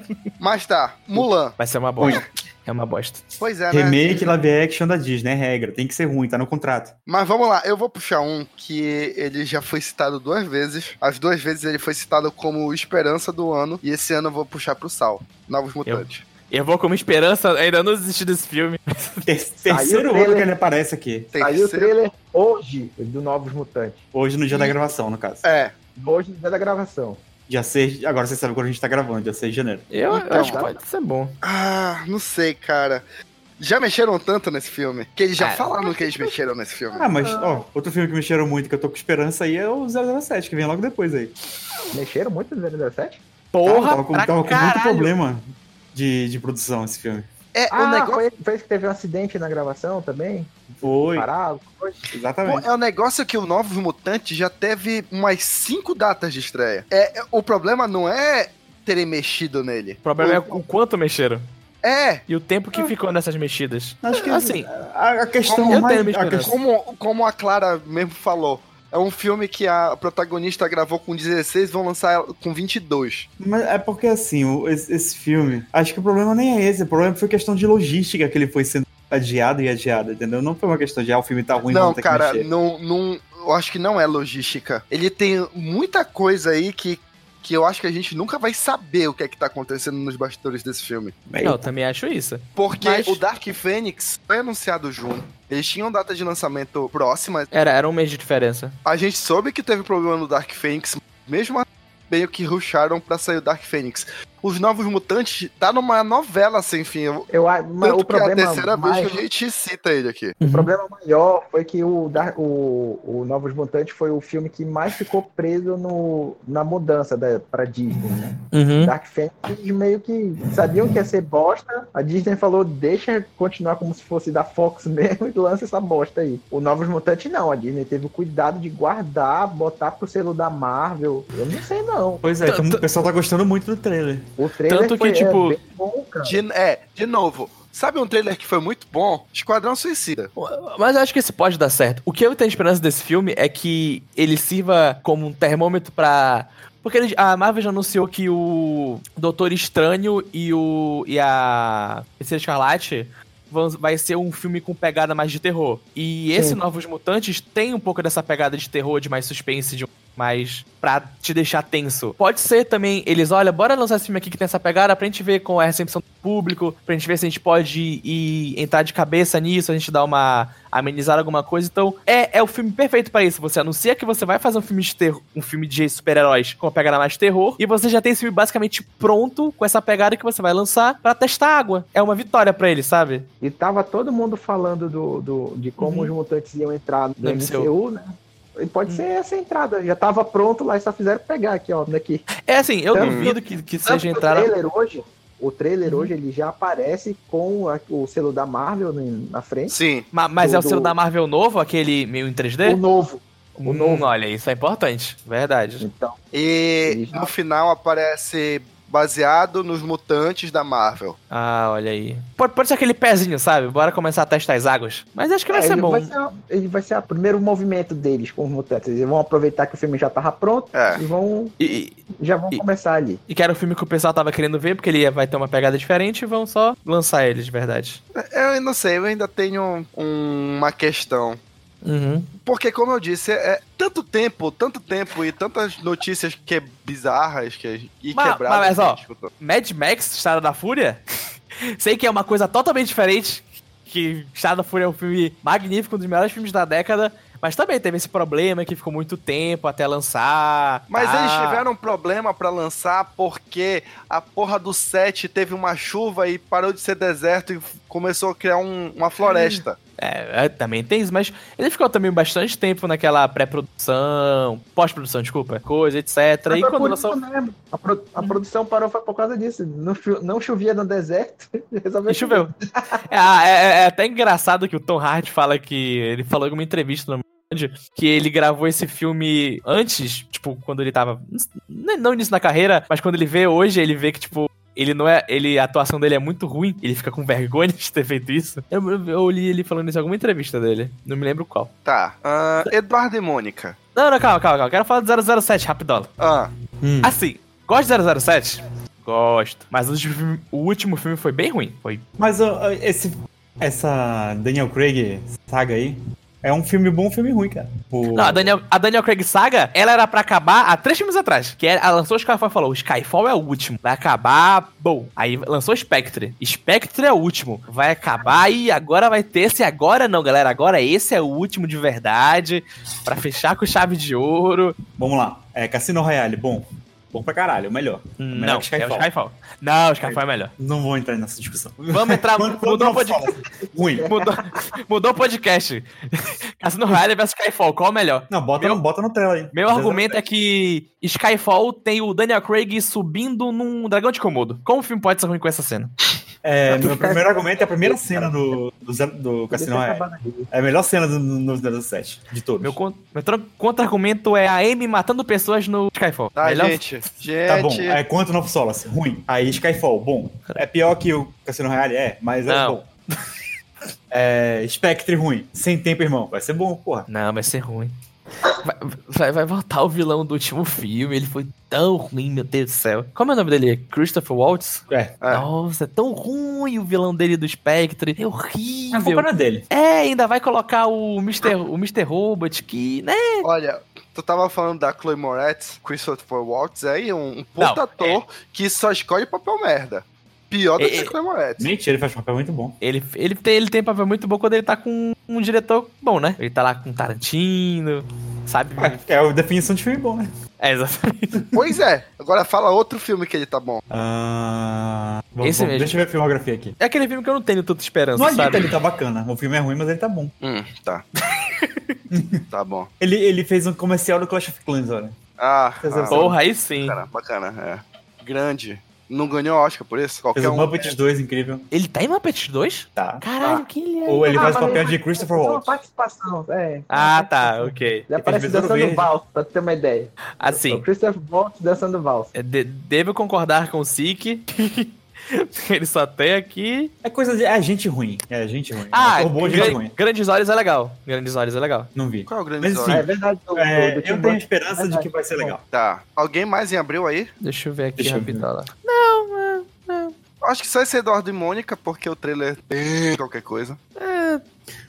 S1: Mas tá, Mulan.
S2: Vai ser uma bosta. É uma bosta.
S1: Pois é, né?
S3: Remake live action da Disney, é regra. Tem que ser ruim, tá no contrato.
S1: Mas vamos lá, eu vou puxar um que ele já foi citado duas vezes. As duas vezes ele foi citado como esperança do ano. E esse ano eu vou puxar pro Sal. Novos Mutantes.
S2: Eu vou com uma esperança, ainda não desisti desse filme.
S3: Ter- terceiro
S4: trailer.
S3: ano que ele aparece aqui.
S4: Saiu
S1: Terceiro-
S4: o trailer hoje do Novos Mutantes.
S3: Hoje, no dia da gravação, no caso.
S1: É,
S4: Hoje, no dia da gravação.
S3: Dia 6. de- Agora você sabe quando a gente tá gravando, dia 6 de janeiro.
S2: Eu, eu
S1: Então,
S2: acho
S4: tá.
S2: que pode ser bom.
S1: Ah, não sei, cara. Já mexeram tanto nesse filme, que eles já
S2: Ah,
S1: falaram que eles mexeram nesse filme.
S3: Ah, mas, ó, outro filme que mexeram muito, que eu tô com esperança aí, é o 007, que vem logo depois aí. Tá,
S4: Mexeram muito no 007?
S2: Porra,
S3: tava com,
S2: pra
S3: tava com muito
S2: caralho.
S3: problema de, de produção esse filme.
S1: É, o
S4: Ah,
S1: negócio...
S4: foi, foi esse que teve um acidente na gravação também?
S3: Foi,
S4: Parado, coisa.
S1: Pô,
S3: exatamente.
S1: é um negócio que o Novos Mutantes já teve umas cinco datas de estreia. É, é, o problema não é terem mexido nele.
S2: O problema é o quanto mexeram.
S1: É,
S2: E o tempo que ficou nessas mexidas.
S3: Ah. Acho que é
S2: assim,
S3: a, a questão
S1: como
S2: eu
S3: mais,
S2: tenho minha
S3: a questão-
S1: como, como a Clara mesmo falou, é um filme que a protagonista gravou com 16 vão lançar ela com 22.
S3: Mas é porque assim, o- esse, esse filme, acho que o problema nem é esse, o problema foi questão de logística que ele foi sendo adiado e adiado, entendeu? Não foi uma questão de ah, o filme tá ruim,
S1: não,
S3: vamos ter que
S1: cara,
S3: mexer.
S1: não, não, eu acho que não é logística. Ele tem muita coisa aí que, que eu acho que a gente nunca vai saber o que é que tá acontecendo nos bastidores desse filme.
S2: Não,
S3: tá-
S2: eu também acho isso.
S1: Porque
S2: Mas-
S1: o Dark Phoenix foi anunciado junto. Eles tinham data de lançamento próxima,
S2: Era, era um mês de diferença.
S1: A gente soube que teve problema no Dark Phoenix, mesmo assim, meio que rusharam pra sair o Dark Phoenix. Os Novos Mutantes tá numa novela sem fim. Eu-
S4: Eu, a- mas
S1: Tanto
S4: o
S1: que é a
S4: problema,
S1: terceira
S4: mais,
S1: vez que a gente cita ele aqui.
S4: o problema maior foi que o, Dar- o, o Novos Mutantes foi o filme que mais ficou preso no, na mudança da, pra Disney, né?
S2: Uhum.
S4: Dark Phoenix meio que sabiam que ia ser bosta. A Disney falou, deixa continuar como se fosse da Fox mesmo e lança essa bosta aí. O Novos Mutantes não, a Disney teve o cuidado de guardar, botar pro selo da Marvel. Eu não sei não.
S3: Pois é,
S2: Tanto-
S3: então o pessoal tá gostando muito do trailer.
S4: O trailer
S2: Tanto que,
S4: foi, é,
S2: tipo,
S4: bem bom, cara.
S1: De, é, de novo, sabe um trailer que foi muito bom? Esquadrão Suicida.
S2: Mas eu acho que esse pode dar certo. O que eu tenho esperança desse filme é que ele sirva como um termômetro pra. Porque ele- a Marvel já anunciou que o Doutor Estranho e o. e a. Feiticeira Escarlate vão- vai ser um filme com pegada mais de terror. E esse Novos Mutantes tem um pouco dessa pegada de terror, de mais suspense, de um- mais pra te deixar tenso. Pode ser também, eles, olha, bora lançar esse filme aqui que tem essa pegada pra gente ver com a recepção do público, pra gente ver se a gente pode ir entrar de cabeça nisso, a gente dar uma amenizar alguma coisa. Então, é, é o filme perfeito pra isso. Você anuncia que você vai fazer um filme de terror, um filme de super-heróis com a pegada mais de terror, e você já tem esse filme basicamente pronto com essa pegada que você vai lançar pra testar água. É uma vitória pra ele, sabe?
S4: E tava todo mundo falando do, do- de como
S2: Uhum.
S4: os mutantes iam entrar no
S2: No
S4: MCU,
S2: MCU,
S4: né? E pode
S2: Uhum.
S4: ser essa entrada. Já tava pronto lá e só fizeram pegar aqui, ó. Daqui.
S2: É assim, eu
S4: Tanto-
S2: duvido que, que
S4: Tanto
S2: seja
S4: que
S2: entrar
S4: O trailer hoje, o trailer hoje ele já aparece com a- o selo da Marvel n- na frente.
S1: Sim.
S2: Ma- mas é o
S4: do-
S2: selo da Marvel novo, aquele meio em 3D?
S4: O novo. O
S2: Hum,
S4: novo.
S2: olha, isso é importante. Verdade.
S4: Então,
S1: E
S4: Sim.
S1: no final aparece baseado nos mutantes da Marvel.
S2: Ah, olha aí. Pode, pode ser aquele pezinho, sabe? Bora começar a testar as águas. Mas acho que vai
S4: é,
S2: ser
S4: ele
S2: bom.
S4: Vai ser, ele vai ser o primeiro movimento deles com os mutantes. Eles vão aproveitar que o filme já tava pronto
S1: É.
S4: e vão,
S2: E, e-
S4: já vão
S2: E-
S4: começar ali.
S2: e que era o filme que o pessoal tava querendo ver, porque ele ia- vai ter uma pegada diferente e vão só lançar ele, de verdade.
S1: Eu não sei, eu ainda tenho um- uma questão.
S2: Uhum.
S1: Porque, como eu disse, é, é tanto tempo, tanto tempo e tantas notícias que é bizarras que, e
S2: Mas-
S1: quebradas.
S2: mas,
S1: que
S2: ó,
S1: a gente escutou.
S2: Mad Max, Estrada da Fúria? Sei que é uma coisa totalmente diferente, que Estrada da Fúria é um filme magnífico, um dos melhores filmes da década, mas também teve esse problema que ficou muito tempo até lançar.
S1: Mas
S2: tá?
S1: eles tiveram um problema pra lançar porque a porra do set teve uma chuva e parou de ser deserto e f- começou a criar um- uma floresta.
S2: É, é, também tem isso, mas ele ficou também bastante tempo naquela pré-produção, pós-produção, desculpa, coisa, etc.
S4: Mas
S2: E
S4: foi
S2: quando
S4: por
S2: lançou.
S4: isso mesmo. A, pro- a produção parou foi por causa disso. Não, cho- não chovia no deserto. Resolveu
S2: E choveu. É, ah, é- é- é até engraçado que o Tom Hardy fala que. Ele falou em uma entrevista no Band que ele gravou esse filme antes, tipo, quando ele tava. n- Não início da carreira, mas quando ele vê hoje, ele vê que, tipo. Ele não é. Ele, a atuação dele é muito ruim. Ele fica com vergonha de ter feito isso. Eu, eu, eu li ele falando isso em alguma entrevista dele. Não me lembro qual.
S1: Tá.
S3: Ah.
S1: ahn, Eduardo e Mônica.
S2: Não, não, calma, calma, calma. Quero falar do 007, rapidola.
S1: Ah,
S2: Assim, gosto de 007? Gosto. Mas o último, filme, o último filme foi bem ruim. Foi.
S3: Mas ó, ó, esse, essa Daniel Craig saga aí é um filme bom, um filme ruim, cara. O-
S2: Não, a Daniel, a Daniel Craig Saga, ela era pra acabar há três filmes atrás. Que é, ela lançou Skyfall e falou: Skyfall é o último. Vai acabar, bom. Aí lançou Spectre. Spectre é o último. Vai acabar e agora vai ter esse. Agora não, galera. Agora esse é o último de verdade. Pra fechar com chave de ouro.
S3: Vamos lá, é Cassino Royale, bom. Bom pra caralho, o melhor. Melhor
S2: não,
S3: que Skyfall.
S2: é o Skyfall. Não, o Skyfall é melhor.
S3: Não vou entrar nessa discussão.
S2: Vamos entrar.
S3: Quando- quando
S2: mudou, o
S3: eu
S2: pod...
S3: falo, Ruim.
S2: mudou, mudou o podcast. Cassino Royale versus Skyfall, qual é o melhor?
S3: Não, bota,
S2: Meu-
S3: no, bota na tela aí.
S2: Meu argumento é que Skyfall tem o Daniel Craig subindo num dragão de Komodo. Como o filme pode ser ruim com essa cena?
S3: É, meu primeiro argumento é a primeira cena do, do, Zé-
S4: Deixa
S3: do Cassino
S4: eu
S3: Royale.
S4: acabar daí.
S3: É a melhor cena do 007 de todos.
S2: Meu, con- meu tran- contra-argumento é a Amy matando pessoas no Skyfall.
S1: Tá,
S2: Melhor-
S1: gente. Gente.
S3: Tá bom. É quanto Novo Solace? Ruim. Aí Skyfall, bom. É pior que o Cassino Royale? É, mas é
S2: Não.
S3: bom. É, Spectre ruim. Sem tempo, irmão. Vai ser bom, porra.
S2: Não, vai ser ruim. Vai, vai, vai voltar o vilão do último filme. Ele foi tão ruim, meu Deus do céu. Como é o nome dele? Christopher Waltz?
S3: É.
S1: É.
S2: Nossa, é tão ruim o vilão dele do Spectre. É
S3: A culpa
S2: horrível.
S3: não é dele.
S2: É, ainda vai colocar o Mr. o Mr. Robot, que, né?
S1: Olha, tu tava falando da Chloe Moretz, Christopher Waltz, aí um, um puta
S3: é.
S2: Não,
S1: ator que só escolhe papel merda. Pior do
S2: É,
S1: que
S2: é.
S1: a Chloe Moretz.
S3: Mentira, ele faz um papel muito bom.
S2: Ele, ele, tem, ele tem papel muito bom quando ele tá com um diretor bom, né? Ele tá lá com Tarantino, sabe?
S3: É a definição de filme bom, né?
S2: É, exatamente.
S1: Pois é. Agora fala outro filme que ele tá bom.
S3: Ah, vamos-
S2: Esse
S3: vamos-
S2: mesmo.
S3: Deixa eu ver a filmografia aqui.
S2: É aquele filme que eu não tenho tanta esperança,
S3: Não adianta,
S2: sabe?
S3: ele tá bacana. O filme é ruim, mas ele tá bom.
S1: Hum, tá. tá bom.
S3: Ele, ele fez um comercial do Clash of Clans, olha.
S1: Ah,
S3: Fez
S1: ah,
S3: essa-
S2: Porra, aí sim.
S1: bacana, bacana. É. Grande. Não ganhou Oscar por isso?
S3: Fez
S1: Qualquer
S3: o
S1: um.
S3: Muppets 2, incrível.
S2: Ele tá em Muppets 2?
S3: Tá.
S2: Caralho, quem ele é?
S3: Ou ele
S4: Ah,
S3: faz o
S4: mas
S3: papel
S4: ele
S3: de Christopher
S4: fez uma
S3: Waltz.
S4: participação, é.
S2: Ah, tá, ok.
S4: Ele aparece
S3: fez Besouro
S4: dançando
S3: Verde.
S4: valsa, pra tu ter uma ideia. O
S2: Assim,
S4: Christopher Waltz dançando valsa.
S2: é, de- devo concordar com o Sik. ele só tem aqui.
S3: É coisa de. É gente ruim. É gente ruim.
S2: Ah,
S3: é um robô de gente
S2: Gran-
S3: ruim.
S2: Grandes Olhos é legal. Grandes Olhos é legal.
S3: Não vi.
S1: Qual é o grande
S3: Mas,
S1: Zorro?
S3: Sim.
S4: É verdade. do- do-
S3: É,
S4: do Tim
S3: eu tenho
S4: Burton.
S3: esperança de que vai ser legal.
S1: Tá. Alguém mais em abril aí?
S2: Deixa eu ver aqui
S3: Deixa eu
S2: rapidão. lá.
S1: Acho que só esse Eduardo e Mônica, porque o trailer tem qualquer coisa.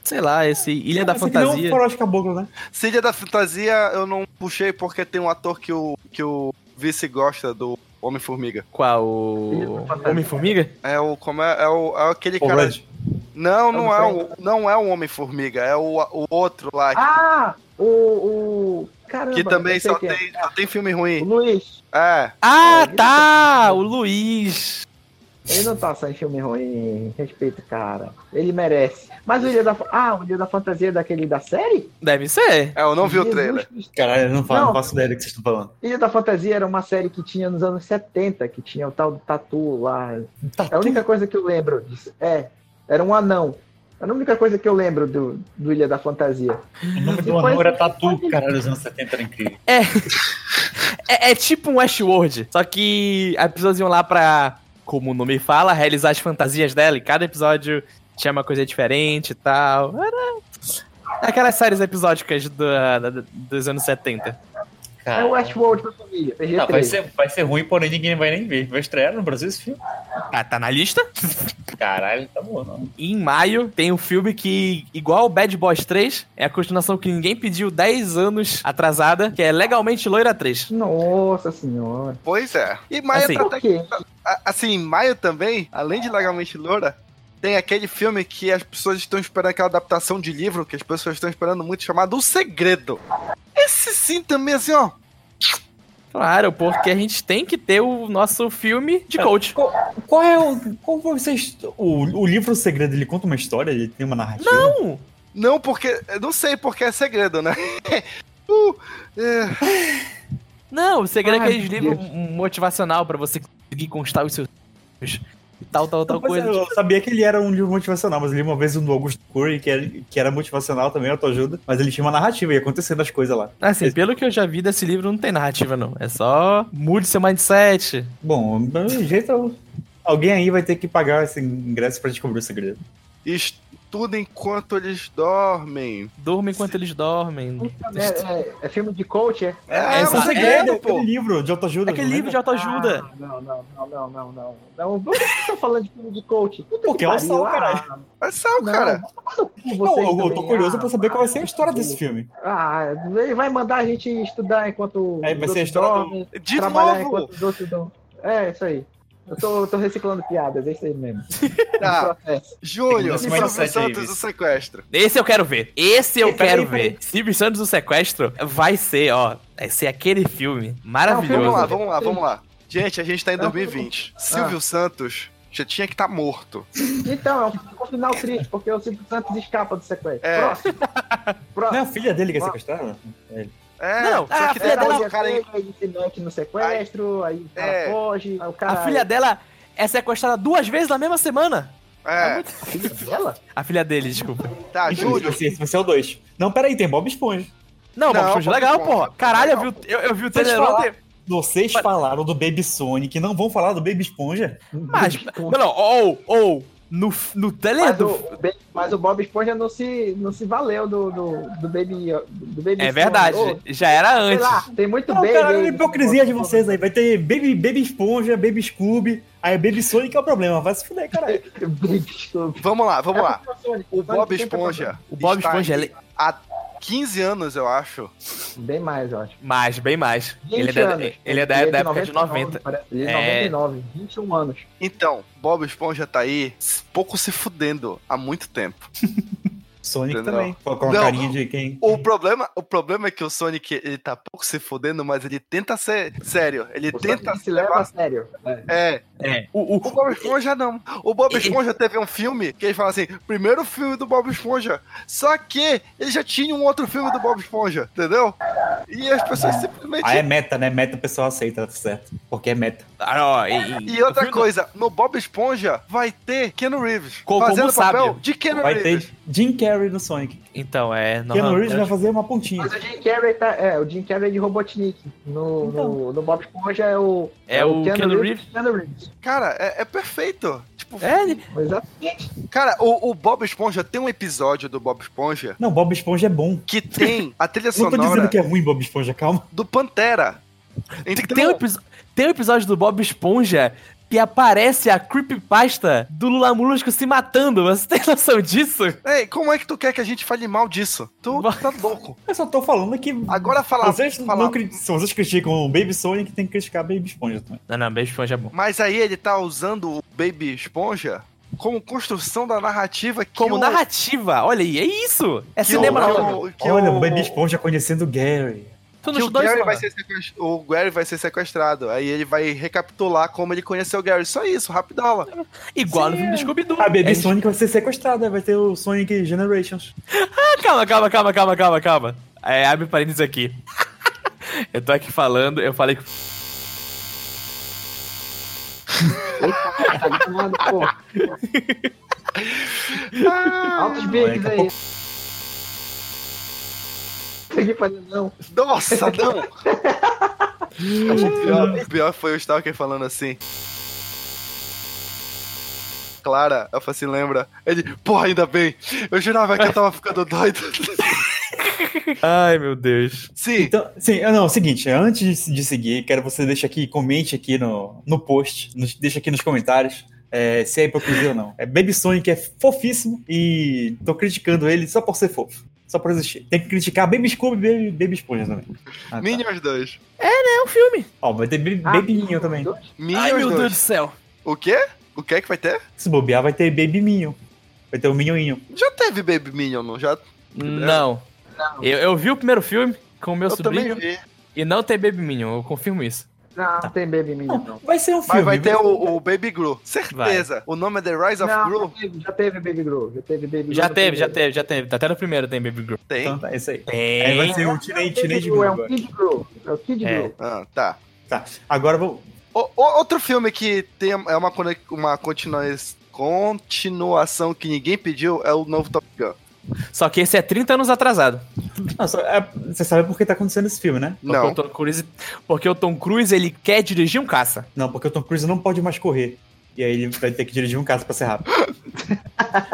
S2: Sei lá, esse Ilha da
S3: Esse aqui não é um
S2: Fantasia.
S3: farol de caboclo, né?
S1: Cília é da Fantasia eu não puxei porque tem um ator que o, que o vice gosta do Homem-Formiga.
S2: Qual?
S4: Ilha da
S2: O
S4: Fantasia.
S2: Homem-Formiga?
S1: É o. Como é, é, o, é aquele
S3: O
S1: cara.
S3: Red.
S1: Não, não é
S4: Eu não
S1: o, não é o Homem-Formiga, é o, o outro lá.
S4: Ah, o. o... Caramba,
S1: que também
S4: eu sei
S1: só
S4: quem é.
S1: tem, só tem filme
S4: O
S1: ruim.
S4: Luiz,
S1: É.
S2: Ah,
S4: É,
S2: tá! O Luiz!
S4: ele não tá só em filme ruim. Respeito, cara. Ele merece. Mas o Ilha da. Ah, o Ilha da Fantasia é daquele da série?
S2: Deve ser.
S1: É, eu não vi o
S4: Jesus
S1: trailer.
S4: Cristo.
S3: Caralho, eu não, falo,
S4: Não.
S3: não faço ideia do que vocês estão falando.
S4: Ilha da Fantasia era uma série que tinha nos anos 70, que tinha o tal do Tatu lá.
S3: Tá
S4: É a única coisa que eu lembro disso. É, era um anão. Era a única coisa que eu lembro do, do Ilha da Fantasia.
S3: O nome do
S4: Depois-
S3: anão era Tatu, caralho, os anos 70 era incrível.
S2: É, é tipo um Westworld, só que as pessoas iam lá pra, como o nome fala, realizar as fantasias dela e cada episódio tinha uma coisa diferente e tal. Era aquelas séries episódicas da- da- dos anos 70.
S4: É
S1: Ah.
S4: o Westworld pra família.
S3: Tá,
S4: PG-13.
S3: vai, ser, vai ser ruim, porém ninguém vai nem ver. Vai estrear no Brasil esse filme?
S2: Ah, tá na lista?
S3: Caralho, tá bom, não.
S2: E em maio tem um filme que, igual o Bad Boys 3, é a continuação que ninguém pediu 10 anos atrasada, que é Legalmente Loira 3.
S4: Nossa senhora.
S1: Pois é. E Maia
S2: Assim.
S1: tá
S4: Por
S1: até
S4: quê?
S1: A- Assim, em maio também, além de Legalmente Loura, tem aquele filme que as pessoas estão esperando aquela adaptação de livro que as pessoas estão esperando muito, chamado O Segredo. Esse sim também, assim, ó.
S2: Claro, porque a gente tem que ter o nosso filme de coach.
S3: Qual, qual é o. Qual vocês. O, o livro O Segredo, ele conta uma história, ele tem uma narrativa. Não!
S2: Não!
S1: Não porque. eu Não sei porque é segredo, né? Uh, é,
S2: Não, o segredo é
S4: Ai,
S2: aqueles
S4: meu
S2: livros m- motivacional pra você conseguir constar os seus sonhos e tal, tal, tal coisa.
S3: é, eu sabia que ele era um livro motivacional, mas eu li uma vez um do Augusto Cury, que era, que era motivacional também, autoajuda, mas ele tinha uma narrativa, ia acontecendo as coisas lá.
S2: Assim, pelo que eu já vi desse livro, não tem narrativa, não. É só mude seu mindset.
S3: Bom, do jeito. Alguém aí vai ter que pagar esse ingresso pra descobrir o segredo.
S1: estuda enquanto eles dormem.
S2: Dorme enquanto eles dormem.
S3: tá
S4: É, é- é filme de coach, é?
S1: É,
S2: essa-
S1: o segredo, pô.
S3: aquele é livro de autoajuda. né?
S2: Aquele livro de autoajuda.
S4: Ah, não, não, não, não, não, não. Não, por que vocês estão falando de filme de coach? Puta
S3: Porque é o
S4: pariu,
S3: sol,
S4: ah,
S3: caralho.
S1: É sal,
S4: Não,
S1: cara.
S4: vai tomar no cu
S3: Não,
S4: vocês
S3: eu, eu tô
S4: também.
S3: curioso
S4: Ah,
S3: pra saber qual vai ser a história desse filme.
S4: Ah, ele vai mandar a gente estudar enquanto.
S3: Aí vai
S4: os
S3: ser
S4: outros
S3: a história do-
S4: dormem,
S1: De
S4: trabalhar
S1: novo!
S4: enquanto os outros dão. É, isso aí. Eu tô, eu tô reciclando piadas, é isso aí mesmo.
S1: Tá,
S4: Processo.
S1: Júnior,
S3: Tem
S1: Silvio
S3: que lançar um mindset aí,
S1: Santos,
S3: Vinícius.
S1: o sequestro.
S2: Esse eu quero ver. Esse eu
S3: Esse
S2: quero
S3: aí,
S2: ver. Silvio Santos, o sequestro, vai ser, ó. Vai ser aquele filme maravilhoso.
S1: Vamos lá, vamos lá, vamos lá. Ah. Gente, a gente tá em 2020. Silvio Santos já tinha que estar morto.
S4: Então, é um- um final triste, porque o Silvio Santos escapa do sequestro.
S1: É.
S4: Próximo.
S3: Não é
S4: Próximo.
S3: a filha dele
S1: Ah,
S3: que é sequestrada? É.
S1: É,
S2: Não,
S1: só
S2: a
S1: que
S2: filha
S1: depois
S2: dela-
S1: o cara em-
S4: um Aí disse não que no sequestro, aí o cara
S1: É.
S4: foge, aí o cara...
S2: A filha dela é sequestrada duas vezes na mesma semana.
S1: É,
S4: A filha dela?
S2: A filha dele, desculpa.
S1: tá,
S3: Júlio,
S1: Júlio.
S3: esse esse vai ser o 2. Não, peraí, tem Bob Esponja.
S2: Não, é
S1: Não,
S2: Bob Esponja,
S1: Bob
S2: legal,
S1: Esponja.
S2: porra. Caralho, eu vi,
S1: Legal.
S2: o- eu, eu vi o
S3: Deixa eu
S2: trailer
S3: falar.
S2: ontem.
S3: Vocês falaram do Baby Sonic, não vão falar do Baby Esponja?
S2: Mas, não, não, ou, ou, no, no trailer
S4: Mas
S2: é do...
S4: o, mas o Bob Esponja não se, não se valeu do, do, do Baby... Do baby
S2: É verdade,
S4: Ô,
S2: já era
S4: Sei
S2: antes.
S4: lá, tem muito
S3: Não,
S4: Baby...
S3: cara,
S1: né?
S4: aí
S3: olha a
S4: no-
S3: hipocrisia de vocês aí. Vai ter Baby, Baby Esponja, Baby Scooby, aí Baby Sonic é o problema. Vai se fuder, caralho.
S4: Baby Sonic.
S1: Vamos lá, vamos lá.
S4: É o Sonic,
S1: O
S4: Sonic
S1: Bob
S4: sempre é
S1: Esponja.
S2: O Bob
S1: está
S2: Esponja,
S1: aí
S2: ele...
S1: Há 15 anos, eu acho.
S4: Bem mais, eu acho.
S2: mais, bem mais.
S4: 20
S2: Ele é da,
S4: anos.
S2: ele é da, da época de 90.
S4: parece. Ele é
S2: É.
S4: 99, 21 anos.
S1: Então, Bob Esponja tá aí, s- pouco se fudendo há muito tempo.
S3: Sonic
S1: Entendeu?
S3: também. Com a
S1: Não.
S3: carinha de quem?
S1: O problema, o problema é que o Sonic, ele tá pouco se fudendo, mas ele tenta ser sério. Ele
S4: O
S1: tenta
S4: Sonic se leva a sério. É.
S1: É,
S2: É. O, o-
S1: o Bob Esponja não. O Bob Esponja teve um filme que ele fala assim: primeiro filme do Bob Esponja. Só que ele já tinha um outro filme do Bob Esponja, entendeu? E as pessoas simplesmente.
S3: Ah, é meta, né? Meta o pessoal aceita, tá certo. Porque é meta.
S2: Ah, ó, e- e-
S1: E
S2: o
S1: outra
S2: filme-
S1: coisa, no Bob Esponja vai ter Keanu Reeves
S2: Co- como
S1: fazendo o papel
S2: sábio.
S1: de Keanu
S3: Vai ter
S1: Reeves.
S3: Jim Carrey no Sonic.
S2: Então, é... não-
S3: Keanu Reeves
S2: eu-
S3: vai fazer uma pontinha.
S4: Mas o Jim Carrey tá. É, o Jim Carrey é de Robotnik. No,
S3: Então.
S4: no, no Bob Esponja é o.
S2: É o Keanu Reeves.
S4: Keanu Reeves.
S1: Cara, é, é perfeito. Tipo,
S2: É, ele-
S4: Exatamente.
S1: cara, o, o Bob Esponja tem um episódio do Bob Esponja
S3: Não, Bob Esponja é bom.
S1: que tem a trilha
S3: Não tô
S1: sonora
S3: dizendo que é ruim Bob Esponja, calma.
S1: do Pantera. Então,
S2: tem, um episo- tem um episódio do Bob Esponja que aparece a creepypasta do Lula Molusco se matando. Você tem noção disso?
S1: Ei, como é que tu quer que a gente fale mal disso? Tu
S2: Vai.
S1: tá louco.
S3: Eu só tô falando que.
S1: Agora falar.
S3: vocês,
S1: falar-
S3: não cri- se vocês criticam o Baby Sonic, tem que criticar Baby Esponja também.
S2: Não, não, Baby Esponja é bom.
S1: Mas aí ele tá usando o Baby Esponja como construção da narrativa que
S2: Como
S1: o-
S2: narrativa, olha aí, é isso! É
S1: que
S2: cinema
S1: o-
S2: na
S1: que
S2: hora.
S1: o- que
S3: Olha,
S1: o-
S3: o Baby Esponja conhecendo o Gary.
S2: Tu não
S1: que o
S2: estudou isso,
S1: Gary
S2: mano?
S1: vai ser sequest- o Gary vai ser sequestrado. Aí ele vai recapitular como ele conheceu o Gary. Só isso, rapidola.
S2: Igual no
S3: Sim,
S2: filme do Scooby-Doo.
S3: A Ah, Baby
S2: É,
S3: Sonic vai ser sequestrada, vai ter o Sonic Generations.
S2: Calma, calma, calma, calma, calma, calma. É, abre parênteses aqui. eu tô aqui falando, eu falei que...
S4: Eita, tá ligado, pô. Altos bigs aí.
S3: Moleque,
S4: Consegui fazer não.
S1: Nossa, não! o, pior, o pior foi o Stalker falando assim. Clara, ela falou assim, lembra? Ele, porra, ainda bem. Eu jurava que eu tava ficando doido.
S2: Ai, meu Deus.
S1: Sim,
S3: Então, sim, ah, não, é o seguinte, antes de seguir, quero que você deixe aqui, comente aqui no, no post, nos, deixa aqui nos comentários é, se é hipocrisia ou não. É Baby Sonic é fofíssimo e tô criticando ele só por ser fofo. Só por existir. Tem que criticar Baby Scooby e Baby, Baby Esponja também. Ah, tá.
S1: Minions 2.
S2: É um filme.
S3: Ó, vai ter Baby, Baby Minion também.
S1: Minions
S2: Ai, meu
S1: 2.
S2: Deus do céu.
S1: O quê? O que é que vai ter?
S3: Se bobear, vai ter Baby Minion. Vai ter o Minioninho.
S1: Já teve Baby Minion, não? Já...
S2: Não. Eu, eu vi o primeiro filme com o meu
S1: Eu também
S2: sobrinho
S1: vi.
S2: e não tem Baby Minion, eu confirmo isso.
S4: Não,
S3: Tá.
S4: não tem Baby Minion, não.
S3: Vai ser um filme.
S1: Mas vai ter o, o Baby Gru. Certeza. O nome é The Rise of
S4: Não,
S1: Gru?
S4: já teve, já teve Baby Groove, já teve Baby
S2: Já
S4: Groove no
S2: teve, já
S4: primeiro.
S2: teve, já teve. Até no primeiro tem Baby Groove.
S1: Tem.
S3: Então tá, é isso aí. Aí vai
S2: Tem.
S3: ser o
S4: Não,
S3: Teenage,
S4: Baby
S3: Teenage
S4: Groove, é um
S3: Mutant.
S4: Kid Groove, é o Kid
S2: É.
S4: Groove.
S1: Ah, tá.
S3: Tá, agora vou...
S1: O- o- outro filme que tem é uma, conex- uma continua- continuação que ninguém pediu é o novo Top Gun.
S2: Só que esse é 30 anos atrasado.
S3: Ah, só- é, você sabe por que tá acontecendo esse filme, né?
S2: Porque
S1: Não.
S2: o Tom Cruise, porque o Tom Cruise ele quer dirigir um caça.
S3: Não, porque o Tom Cruise não pode mais correr. E aí ele vai ter que dirigir um caso pra ser rápido.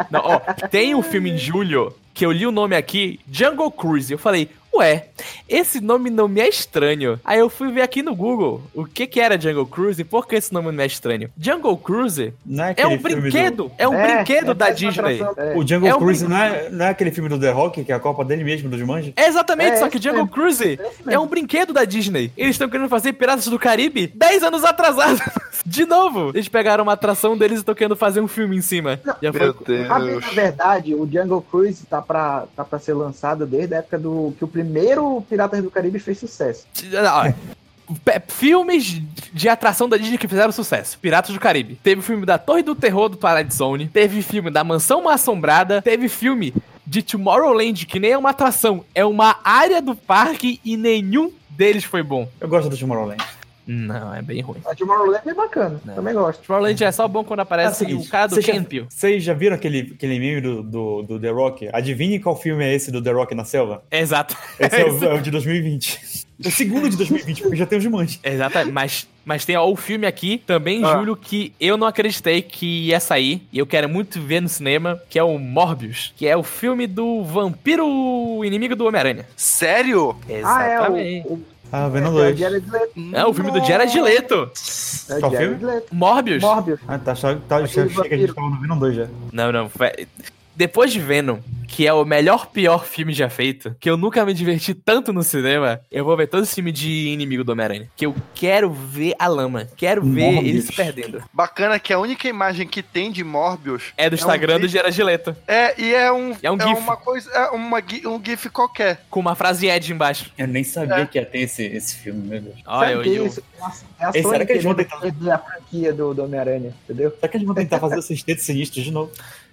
S2: Não, ó, tem um filme em julho que eu li o nome aqui, Jungle Cruise. Eu falei, ué, esse nome não me é estranho. Aí eu fui ver aqui no Google o que que era Jungle Cruise e por que esse nome não é estranho. Jungle Cruise
S3: Não
S2: é
S3: aquele
S2: um
S3: filme do-
S2: brinquedo, é um
S4: É,
S2: brinquedo
S4: é
S2: da
S4: mais uma
S2: Disney.
S4: atração. É.
S3: O Jungle
S2: É um
S3: Cruise
S2: brinquedo.
S3: não, é, não é aquele filme do The Rock, que é a Copa dele mesmo, do Jumanji?
S2: É Exatamente,
S4: É,
S2: só que
S4: é
S2: Jungle Cruise
S4: mesmo.
S2: é um brinquedo da Disney. Eles estão querendo fazer Piratas do Caribe 10 anos atrasados. De novo, eles pegaram uma atração deles e estão querendo fazer um filme em cima. Já foi-
S1: Meu
S4: Ah, bem, na
S1: Deus.
S4: verdade, o Jungle Cruise tá pra, tá pra ser lançado desde a época do que o primeiro Piratas do Caribe fez sucesso.
S2: Ah, pe- Filmes de atração da Disney que fizeram sucesso. Piratas do Caribe. Teve o filme da Torre do Terror do Twilight Zone. Teve filme da Mansão Mal Assombrada. Teve filme de Tomorrowland, que nem é uma atração. É uma área do parque e nenhum deles foi bom.
S3: Eu gosto do Tomorrowland.
S2: Não, é bem ruim.
S4: A Tomorrowland é bacana,
S2: Não.
S4: também gosto.
S2: Tomorrowland é só bom quando
S3: É o
S2: aparece
S3: seguinte,
S2: o cara do
S3: vocês já-
S2: Campio.
S3: Vocês já viram aquele, aquele meme do, do, do The Rock? Adivinhe qual filme é esse do The Rock na selva?
S2: Exato.
S3: Esse é, o, é o de 2020. O segundo de 2020, porque já tem o Jumanji.
S2: Exatamente, mas, mas tem ó, o filme aqui, também em
S1: Ah.
S2: julho, que eu não acreditei que ia sair, e eu quero muito ver no cinema, que é o Morbius, que é o filme do vampiro inimigo do Homem-Aranha.
S1: Sério?
S4: Ah, é,
S2: Exatamente.
S4: o, o,
S3: Ah, Venom
S4: é, o
S3: 2.
S4: Jared Leto.
S2: É o filme do Jared Leto.
S4: É
S3: Qual
S4: o Jared
S3: filme?
S4: Leto.
S2: Morbius.
S4: Morbius.
S3: Ah, tá. Só, tá
S4: Aquele
S3: achei que a gente
S4: vampiro.
S3: tava no Venom 2 já.
S2: Não, não. vai- Depois de Venom, que é o melhor pior filme já feito, que eu nunca me diverti tanto no cinema, eu vou ver todo esse filme de inimigo do Homem-Aranha. Que eu quero ver a lama. Quero ver
S3: Morbius.
S2: ele se perdendo.
S1: Bacana que a única imagem que tem de Morbius
S2: É do Instagram do Jared Leto.
S1: é e é um
S2: É um gif.
S1: uma coisa é uma gi- um gif qualquer.
S2: com uma frase Ed embaixo.
S3: Eu nem sabia que ia ter esse, esse filme, meu Deus.
S2: Olha, eu, um.
S4: Sabe que
S2: eu-
S4: isso? É a- É a
S3: Esse era
S4: Sony
S3: que eles vão
S4: querendo
S3: tentar-
S4: perder a franquia do, do Homem-Aranha, entendeu?
S3: Será que eles vão tentar fazer o sexteto sinistro de novo?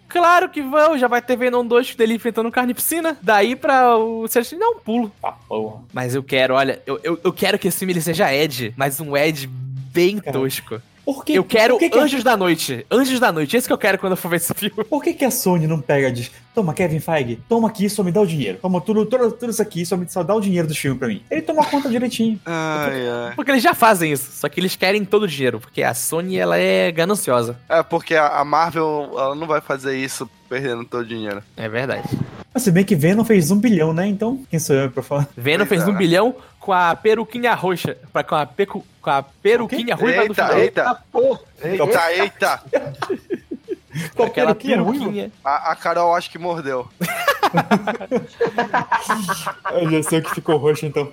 S2: Claro que vão, já vai ter Venom 2 dele enfrentando carnificina. Daí pra o Celestino dar um pulo.
S3: Ah, porra.
S2: Mas eu quero, olha, eu, eu, eu quero que esse filme ele seja Ed, mas um Ed bem
S3: Cara,
S2: tosco.
S3: Por que,
S2: eu quero
S3: por que, é? que a,
S2: Anjos da Noite. Anjos da Noite, esse que eu quero quando eu for ver esse filme.
S3: por que, que a Sony não pega e diz: Toma, Kevin Feige, toma aqui, só me dá o dinheiro. Toma tudo, tudo, tudo isso aqui, só me só dá o dinheiro dos filmes pra mim. Ele toma conta direitinho.
S1: Ai, ai.
S2: Porque eles já fazem isso, só que eles querem todo o dinheiro, porque a Sony ela é gananciosa.
S1: É porque a a Marvel ela não vai fazer isso perdendo todo o dinheiro.
S2: É verdade.
S3: Mas se bem que Venom fez um bilhão, né? Então, quem sou eu pra falar?
S2: Venom
S1: Pois
S2: fez
S1: é.
S2: um bilhão com a peruquinha roxa, pra, com a pecu, com a peruquinha ruiva do
S1: Eita,
S2: final.
S1: eita,
S4: porra!
S3: Então tá.
S1: eita, eita.
S2: Aquela
S3: peruquinha ruiva?
S2: peruquinha.
S1: A, a Carol acho que mordeu.
S3: Eu já sei o que ficou roxo, então.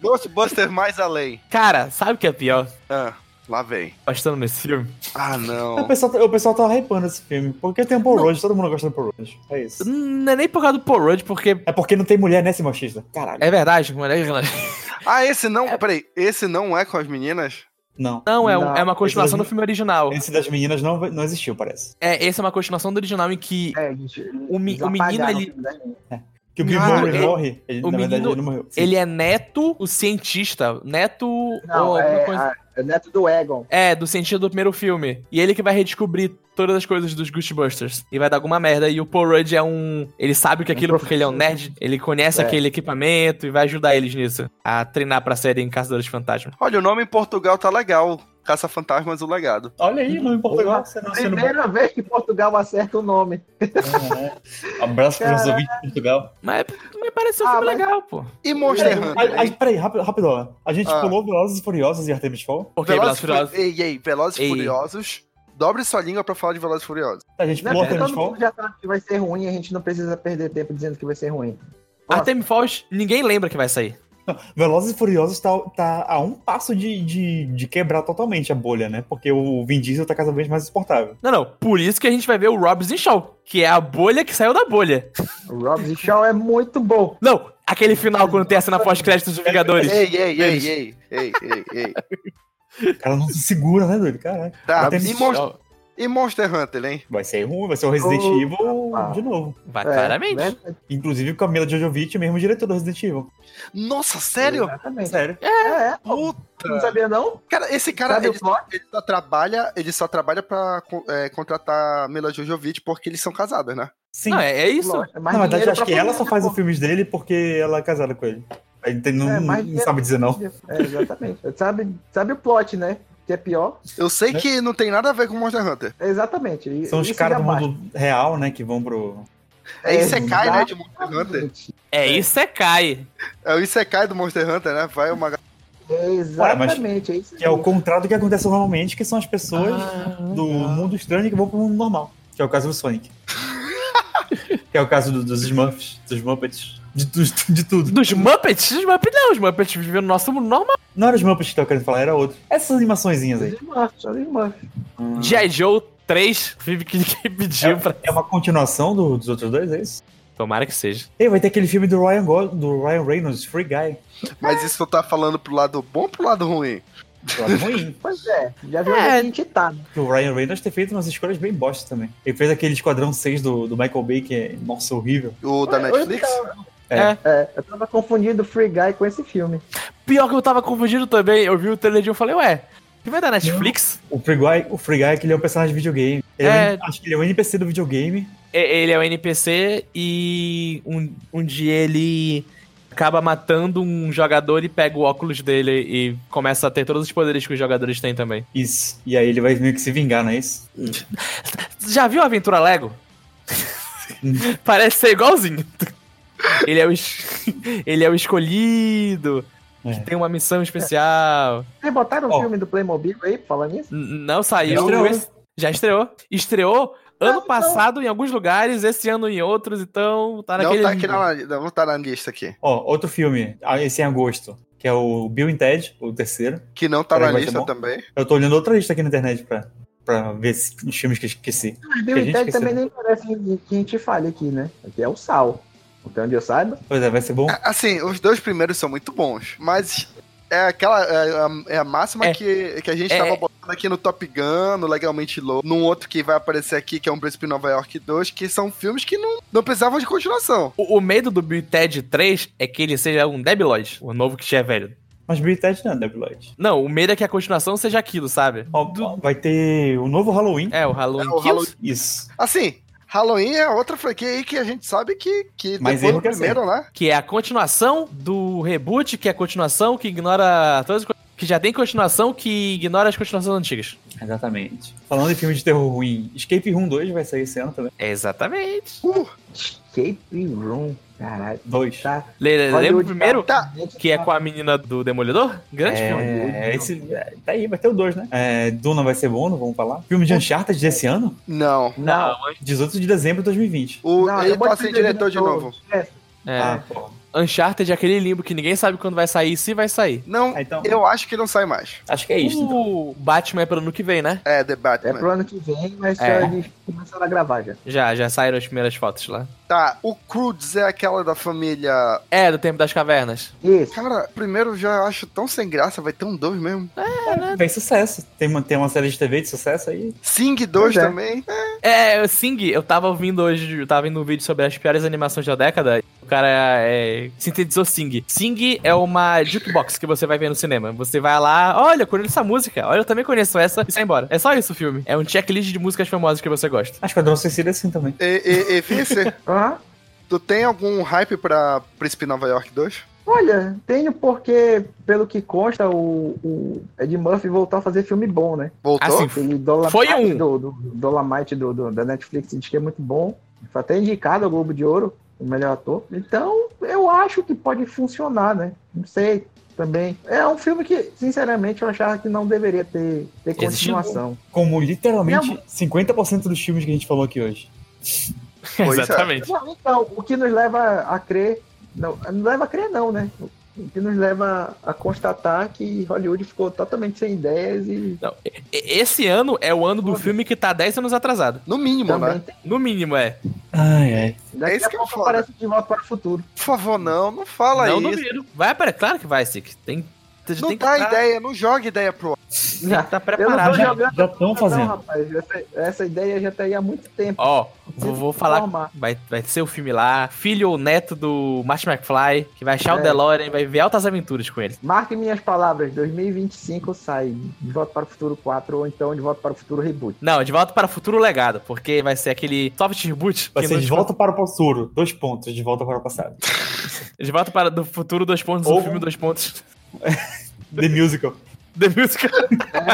S1: Ghostbusters mais além.
S2: Cara, sabe o que é pior?
S1: Ah, lá vem.
S2: Gostando nesse filme?
S1: Ah,
S3: O
S1: não.
S3: pessoal, tá- o pessoal tá hypando esse filme. Porque tem o Paul Rudd, todo mundo gosta do Paul Rudd. É isso.
S2: Não é nem por causa do Paul Rudd, porque
S3: É porque não tem mulher, né, seu machista? Caralho.
S2: é verdade, mano. é verdade.
S1: Ah, esse não. Peraí, esse não é com as meninas?
S3: Não.
S2: Não, é, um-
S4: Não, é
S2: é uma continuação do
S3: esse-
S2: filme original.
S3: Esse das meninas não, vai- não existiu, parece.
S2: É, essa é uma continuação do original em que
S4: É, gente,
S2: o, me-
S4: eles
S2: o menino
S4: apagaram o
S2: ali,
S4: filme da gente.
S3: Que o Bill
S1: Cara,
S3: Murray
S2: ele-
S3: morre. Ele,
S2: o
S3: na verdade,
S2: menino-
S3: ele não morreu. Sim.
S2: ele é neto, o cientista, neto
S4: Não,
S2: ou alguma
S4: é,
S2: coisa. assim.
S4: a- é neto do Egon.
S2: É, do cientista do primeiro filme. E ele que vai redescobrir todas as coisas dos Ghostbusters. E vai dar alguma merda. E o Paul Rudd é um. Ele sabe o que é aquilo porque ele é um nerd. Ele conhece
S4: É.
S2: aquele equipamento e vai ajudar eles nisso. A treinar pra serem caçadores de fantasmas.
S1: Olha, o nome em Portugal tá legal. Caça Fantasmas o Legado.
S3: Olha aí, não em Portugal. Você não, você não...
S2: é
S4: Primeira vez que Portugal acerta o nome.
S3: É. Abraço para os
S4: Caraca.
S3: ouvintes de Portugal.
S2: Mas, mas parece um
S4: Ah,
S2: filme
S4: mas-
S2: legal, pô.
S1: E
S2: É,
S1: Monster
S3: A,
S1: Hunter? hein?
S3: a, peraí, rápido, rápido. ó. A gente
S1: Ah.
S3: pulou Velozes e Furiosos e Artemis Fall.
S2: Porque Velozes e Furiosos.
S1: Ei, ei, Velozes e
S2: Ei.
S1: Furiosos. Dobre sua língua pra falar de Velozes e Furiosos.
S3: A gente
S4: Né?
S3: pulou
S4: Porque
S3: Artemis
S4: todo
S3: Fall.
S4: mundo já sabe que vai ser ruim e a gente não precisa perder tempo dizendo que vai ser ruim. Nossa.
S2: Artemis Falls, ninguém lembra que vai sair.
S3: Velozes e Furiosos tá, tá a um passo de, de, de quebrar totalmente a bolha, né? Porque o Vin Diesel tá cada vez mais suportável.
S2: Não, não. Por isso que a gente vai ver o Robson Shaw, que é a bolha que saiu da bolha.
S4: O Robson Shaw é muito bom.
S2: Não, aquele final quando tem a cena pós-créditos dos Vingadores.
S1: Ei, ei, ei, ei, ei, ei, ei.
S3: O cara não se segura, né, doido? Caralho.
S1: Tá,
S3: Artemis
S1: e, Mon- e Monster Hunter, hein?
S3: Vai ser ruim, vai ser o Resident
S4: Oh,
S3: Evil
S4: rapaz.
S3: de novo.
S2: Vai,
S4: É,
S2: Ah, claramente.
S4: né?
S3: Inclusive com a Mila Jojovic, o mesmo diretor do Resident Evil.
S1: Nossa, sério?
S4: Exatamente.
S3: Sério.
S4: É, é.
S1: Puta,
S4: Não sabia não?
S1: cara, esse cara,
S4: Sabe o
S1: ele,
S4: plot?
S1: ele só trabalha, ele só trabalha pra co- é, contratar Mila Jojovic porque eles são casados, né?
S3: Sim.
S2: Não, é, é isso.
S4: Lógico, é mais
S3: Na verdade,
S4: dinheiro
S3: eu acho
S4: pra
S3: que ela só
S4: família,
S3: faz
S4: pô.
S3: os filmes dele porque ela é casada com ele. Aí Ele tem- não,
S4: É, mas-
S3: não sabe dizer não.
S4: É, exatamente. sabe, sabe o plot, né? Que é pior?
S1: Eu sei
S3: Né?
S1: que não tem nada a ver com Monster Hunter.
S4: É Exatamente. E-
S3: São os
S4: isso
S3: caras
S4: já
S3: do
S4: basta.
S3: mundo real, né, que vão pro...
S1: É Isekai, né, de Monster Hunter.
S4: Exatamente.
S2: É Isekai.
S1: É o Isekai do Monster Hunter, né? Vai uma...
S4: Exatamente, é isso.
S3: Que é o contrário do que acontece normalmente, que são as pessoas
S2: Ah,
S3: do mundo estranho que vão pro mundo normal. Que é o caso do Sonic. que é o caso do- dos Smurfs, dos Muppets, de, tu- de tudo.
S2: Dos Muppets? Os Muppets não, os Muppets vivem no nosso mundo normal.
S3: Não era os Muppets que eu tava querendo falar, era outro. Essas animaçõõezinhas aí.
S4: Desmorte, só desmorte.
S2: G.I. Joe 3, filme que ninguém pediu pra.
S3: É uma continuação do- dos outros dois, é isso?
S2: Tomara que seja.
S3: Ei, vai ter aquele filme do Ryan, Go- do Ryan Reynolds, Free Guy.
S1: Mas isso tá falando pro lado bom ou pro lado ruim?
S3: Eu acho ruim.
S4: Pois é, já viu
S2: É.
S4: a gente tá, né?
S3: O Ryan Reynolds ter feito umas escolhas bem bosta também. Ele fez aquele Esquadrão 6 do, do Michael Bay, que é, nossa, horrível.
S1: O da Netflix?
S4: Eu tava- É, eu tava confundindo Free Guy com esse filme.
S2: Pior que eu tava confundido também, eu vi o trailer e eu falei, ué, que vai dar Netflix?
S3: O Free Guy, o Free Guy que ele é um personagem de videogame. Ele
S2: É.
S3: é um- acho que ele é um NPC do videogame.
S2: E- Ele é um NPC e um, um dia ele acaba matando um jogador e pega o óculos dele e começa a ter todos os poderes que os jogadores têm também.
S3: Isso. E aí ele vai meio que se vingar, não é isso?
S2: Já viu a Aventura Lego? Parece ser igualzinho. Ele é o, es- ele é o escolhido, que
S3: É.
S2: tem uma missão especial.
S4: Vocês botaram o
S3: Ó.
S4: filme do Playmobil aí, falando nisso?
S2: N- Não saiu.
S3: Já estreou.
S2: esse- Já estreou. Estreou ano
S4: Não,
S2: passado em alguns lugares, esse ano em outros, então tá naquele.
S1: Não tá, aqui na, não tá na lista aqui.
S3: Ó, outro filme, ah, esse é em agosto, que é o Bill and Ted, o terceiro.
S1: Que não tá
S3: Será
S1: na
S3: que vai ser
S1: lista
S3: bom?
S1: também.
S3: Eu tô olhando outra lista aqui na internet pra, pra ver se- os filmes que eu esqueci.
S4: Mas Bill e
S3: gente
S4: Ted
S3: esqueceu.
S4: também nem parece que a gente fale aqui, né? Aqui é o Sal. Até onde eu saiba.
S3: Pois é, vai ser bom.
S1: Assim, os dois primeiros são muito bons, mas é aquela. É a, é a máxima
S2: É.
S1: que, que a gente
S2: É.
S1: tava botando aqui no Top Gun, no Legalmente Low, num outro que vai aparecer aqui, que é Um Príncipe em Nova York 2, que são filmes que não, não precisavam de continuação.
S2: O, o medo do Bill e Ted 3 é que ele seja um Debiloid, o novo que já é velho.
S3: Mas Bill and Ted não é Debiloid.
S2: Não, o medo é que a continuação seja aquilo, sabe?
S3: Ó, ó, vai ter o novo Halloween.
S2: É, o Halloween.
S1: É, o
S2: Kills.
S1: Halloween-
S3: Isso.
S1: Assim, Halloween é outra franquia aí que a gente sabe que, que
S3: Mas
S1: depois
S3: erro
S1: do
S3: que
S1: primeiro, né?
S2: que é a continuação do reboot, que é a continuação que ignora todas as co- que já tem continuação que ignora as continuações antigas.
S3: Exatamente. Falando em filme de terror ruim, Escape Room 2 vai sair esse ano também.
S2: Exatamente.
S1: Uh,
S4: Escape Room. Caralho.
S3: Dois.
S4: Tá.
S2: Le-
S4: Hollywood
S2: Lembra o primeiro?
S1: Tá.
S2: Que é com a menina do Demolidor? Grande filme.
S3: É, esse, é, tá aí, vai ter o 2, né? É, Duna vai ser bom, não vamos falar. Filme de Uncharted desse ano?
S1: Não.
S4: Não.
S3: 18 de dezembro de 2020.
S1: O,
S4: não,
S1: ele
S4: eu
S1: tá
S4: botei
S1: sem
S4: o
S1: diretor de novo.
S4: É,
S2: É.
S3: Ah, porra.
S2: Uncharted é aquele limbo que ninguém sabe quando vai sair e se vai sair.
S1: Não,
S3: Ah, então,
S1: eu acho que não sai mais.
S3: acho que é isso. então.
S2: O Batman é pro ano que vem, né?
S1: É, The
S4: é
S1: Batman.
S4: pro ano que vem, mas
S2: É.
S4: já eles começaram a gravar já.
S2: Já, já saíram as primeiras fotos lá.
S1: Tá, o Croods é aquela da família.
S2: É, do Tempo das Cavernas.
S4: Isso.
S1: Cara, primeiro já acho tão sem graça, vai ter um 2 mesmo.
S3: Tem sucesso. Tem uma, tem uma série de TV de sucesso aí.
S1: Sing 2
S4: Pois é.
S1: também.
S2: É, o Sing, eu tava ouvindo hoje, eu tava vendo um vídeo sobre as piores animações da década. O cara é, sintetizou Sing. Sing é uma jukebox que você vai ver no cinema. Você vai lá, olha, eu conheço essa música, olha, eu também conheço essa, e sai embora. É só isso o filme. É um checklist de músicas famosas que você gosta.
S3: Acho que o Adrão Suicida é assim também.
S1: E, e, e Vince,
S4: Aham.
S1: tu tem algum hype pra Príncipe Nova York 2?
S4: Olha, tenho porque, pelo que consta, o, o Ed Murphy voltou a fazer filme bom, né?
S1: Voltou?
S2: Assim,
S4: Aquele Dolomite
S2: Foi um.
S4: do, do, Dolomite do, do- da Netflix diz que é muito bom. Foi até indicado ao Globo de Ouro, o melhor ator. Então, eu acho que pode funcionar, né? Não sei também. É um filme que, sinceramente, eu achava que não deveria ter, ter
S2: Existindo.
S4: continuação.
S3: Como literalmente
S4: Não.
S3: 50% dos filmes que a gente falou aqui hoje.
S1: Pois é.
S2: Exatamente.
S4: Então, o que nos leva a crer. Não, não leva a crer, não, né? O que nos leva a constatar que Hollywood ficou totalmente sem ideias e
S2: E- Esse ano é o ano do
S4: Foda.
S2: filme que tá 10 anos atrasado.
S1: No mínimo,
S4: também
S1: né?
S4: tem.
S2: No mínimo, é.
S3: Ai, ai.
S4: Daqui
S1: isso
S4: a
S1: que é
S4: pouco
S1: foda.
S4: aparece de volta para o futuro.
S1: Por favor, não, não fala
S2: não
S1: isso.
S2: duvido. Vai aparecer, claro que vai, Sik. Tem, você
S1: Não,
S2: tem
S1: dá
S2: que tá,
S1: ideia, não joga ideia pro.
S2: tem que tá
S4: Eu não
S2: preparado.
S4: tô
S2: Já-
S4: jogando
S3: Já estão
S4: Não,
S3: fazendo.
S4: rapaz, essa, essa ideia já tá aí há muito tempo.
S2: Ó, vou, vou falar.
S4: Formar.
S2: Vai, vai ser o filme lá. Filho ou neto do Martin McFly, que vai achar o
S4: É.
S2: DeLorean, vai ver altas aventuras com ele.
S4: Marque minhas palavras, 2025 sai De Volta para o Futuro 4 ou então De Volta para o Futuro Reboot.
S2: Não, de volta para o futuro legado, porque vai ser aquele soft reboot.
S3: Vai
S2: que
S3: ser
S2: não-
S3: de volta para o futuro. Dois pontos, de volta para o passado.
S2: De volta para do futuro dois pontos,
S3: Ou-
S2: o filme dois pontos.
S3: The Musical.
S2: The Musical.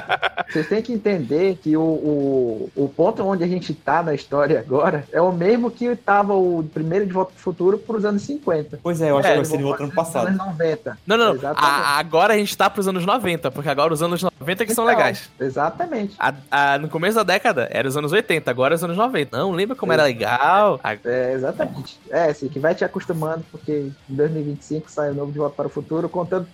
S4: Vocês têm que entender que o, o, o ponto onde a gente tá na história agora é o mesmo que tava o primeiro de Volta pro Futuro pros anos 50.
S3: Pois é, eu acho
S2: É,
S3: que vai
S4: Eles
S3: ser de
S4: vão
S3: outro ano
S4: fazer nos
S3: passado.
S4: Anos 90.
S2: Não, não, não.
S4: Exatamente.
S2: A- agora a gente tá pros anos 90, porque agora os anos 90 que são
S4: Então,
S2: legais.
S4: Exatamente.
S2: A- a- no começo da década era os anos 80, agora é os anos 90. Não, lembra como era legal? A-
S4: É, exatamente. É, assim, que vai te acostumando, porque em 2025 sai o novo De Volta para o Futuro, contando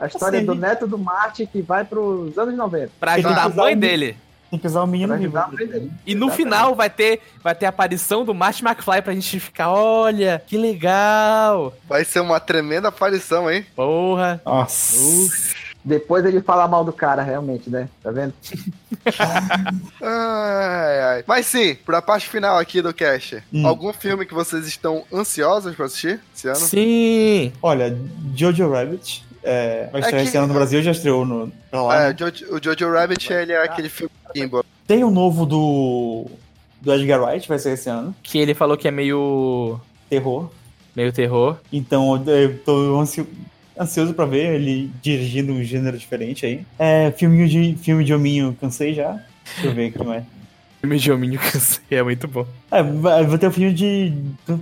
S4: a história
S3: Assim.
S4: do neto do Marte que vai pros anos 90.
S2: pra ajudar a mãe dele.
S3: Tem que usar o menino
S4: Pra
S3: vivo.
S4: ajudar a mãe dele.
S2: E no
S4: Exatamente.
S2: final vai ter, vai ter a aparição do Marty McFly pra gente ficar, olha, que legal.
S1: Vai ser uma tremenda aparição, hein?
S2: Porra.
S3: Nossa.
S4: Depois ele fala mal do cara, realmente, né? Tá vendo?
S1: Ai, ai. Mas sim, pra parte final aqui do cast.
S3: Hum.
S1: Algum filme que vocês estão ansiosos pra assistir esse ano?
S2: Sim.
S3: Olha, Jojo Rabbit é, vai estrear
S1: que-
S3: esse ano no Brasil, já estreou no, pra lá.
S1: É,
S3: né?
S1: o Jojo- o Jojo Rabbit, ele
S2: Ah,
S1: é aquele filme Kimbo.
S3: Tem o novo do, do Edgar Wright, vai ser esse ano.
S2: Que ele falou que é meio.
S3: Terror.
S2: meio terror.
S3: Então eu tô ansio- ansioso pra ver ele dirigindo um gênero diferente aí. É, filminho de, filme de hominho, cansei já. Deixa eu ver aqui mais.
S2: Filme de hominho cansei, é muito bom.
S3: É, vai vai ter o filme de.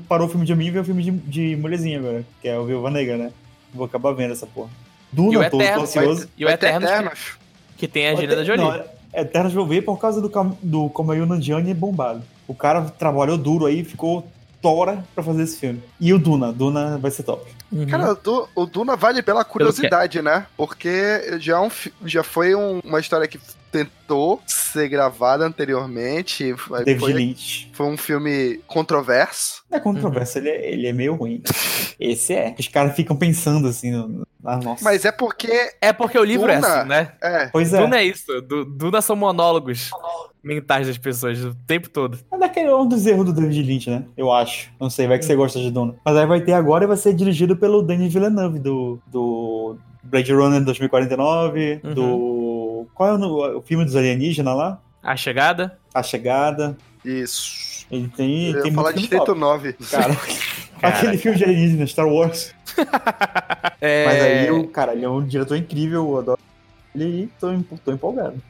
S3: Parou o filme de hominho e veio o filme de, de mulherzinha agora, que é o Viúva Negra, né? Vou acabar vendo essa porra.
S2: E o
S3: Duna, tô, tô
S2: Eterno,
S3: ansioso.
S2: E o Eternos, né?
S1: Eternos.
S2: que tem a Angelina Jolie.
S3: Não, Eternos vou ver por causa do, Cam- do Kamayu Nanjiani é bombado. O cara trabalhou duro aí, ficou tora pra fazer esse filme. E o Duna, Duna vai ser top.
S2: Uhum.
S1: Cara, o Du- o Duna vale pela curiosidade, né? Porque já, é um fi- já foi um- uma história que tentou ser gravada anteriormente. Foi,
S3: David
S1: foi-
S3: Lynch.
S1: foi um filme controverso.
S3: É controverso,
S2: Uhum.
S3: ele, é, ele é meio ruim. Esse é. Os caras ficam pensando assim, no- na nossa.
S1: Mas é porque.
S2: É porque o livro é
S1: Duna.
S2: assim, né?
S1: É,
S3: pois é.
S2: Duna é isso. Du- Duna são monólogos mentais das pessoas o tempo todo.
S3: É daquele um dos erros do David Lynch, né? Eu acho. Não sei, vai que você
S2: Uhum.
S3: gosta de Duna. Mas aí vai ter agora e vai ser dirigido pelo Denis Villeneuve, do, do Blade Runner 2049,
S2: Uhum.
S3: do. Qual é o, no- o filme dos alienígenas lá?
S2: A chegada.
S3: A Chegada.
S1: isso.
S3: Ele tem.
S1: Eu
S3: tem
S1: ia falar
S3: muito
S1: Distrito
S3: filme top,
S1: 9.
S3: cara. Aquele filme de alienígena, Star Wars.
S2: É...
S3: Mas aí, o, cara, ele é um diretor incrível, eu adoro. Ele e tô, em- tô empolgado.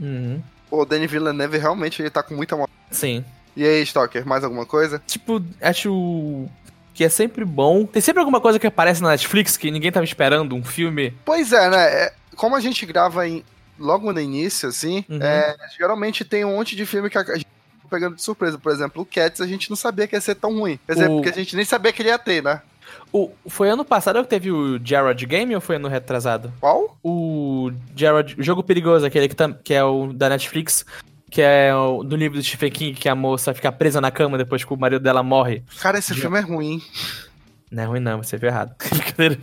S2: Uhum.
S1: Pô, o Danny Villeneuve realmente ele tá com muita moral.
S2: Sim.
S1: E aí, Stalker, mais alguma coisa?
S2: tipo, acho que é sempre bom. Tem sempre alguma coisa que aparece na Netflix que ninguém tava esperando, um filme.
S1: Pois é, né? É, como a gente grava em- logo no início, assim,
S2: Uhum.
S1: é, geralmente tem um monte de filme que a a gente tá pegando de surpresa. Por exemplo, o Cats a gente não sabia que ia ser tão ruim. Quer dizer,
S2: O-
S1: porque a gente nem sabia que ele ia ter, né?
S2: O, foi ano passado que teve o Jared Game ou foi ano retrasado?
S1: Qual?
S2: O Jared, o jogo perigoso, aquele que, tam- que é o da Netflix, que é o, do livro do Stephen King, que a moça fica presa na cama depois que o marido dela morre.
S1: Cara, esse
S2: Já.
S1: filme é ruim.
S2: Não é ruim não, você viu errado. Brincadeira.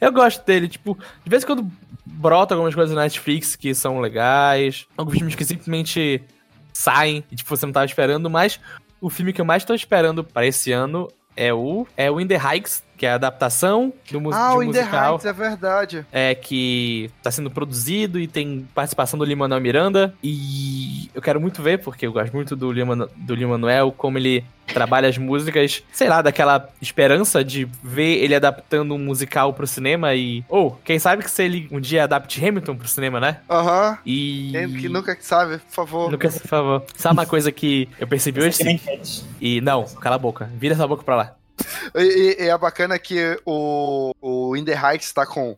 S2: Eu gosto dele, tipo, de vez em quando brota algumas coisas na Netflix que são legais, alguns filmes que simplesmente saem e tipo, você não tava esperando, mas o filme que eu mais tô esperando pra esse ano é o é o In the Heights, que é a adaptação do mus
S1: ah,
S2: de
S1: o
S2: um
S1: In The
S2: musical
S1: Heights, é verdade.
S2: é que tá sendo produzido e tem participação do Lin-Manuel Miranda e eu quero muito ver porque eu gosto muito do Lin-Manu- do Lin-Manuel como ele trabalha as músicas, sei lá, daquela esperança de ver ele adaptando um musical pro cinema e ou quem sabe que se ele um dia adapte Hamilton pro cinema, né?
S1: Aham.
S2: E
S1: Quem que nunca que sabe, por favor.
S2: Nunca, por favor. Sabe uma coisa que eu percebi hoje?
S3: Que nem Cat.
S2: E não, cala a boca. Vira essa boca pra lá.
S1: E, e- e é bacana que o, o In The Heights tá com,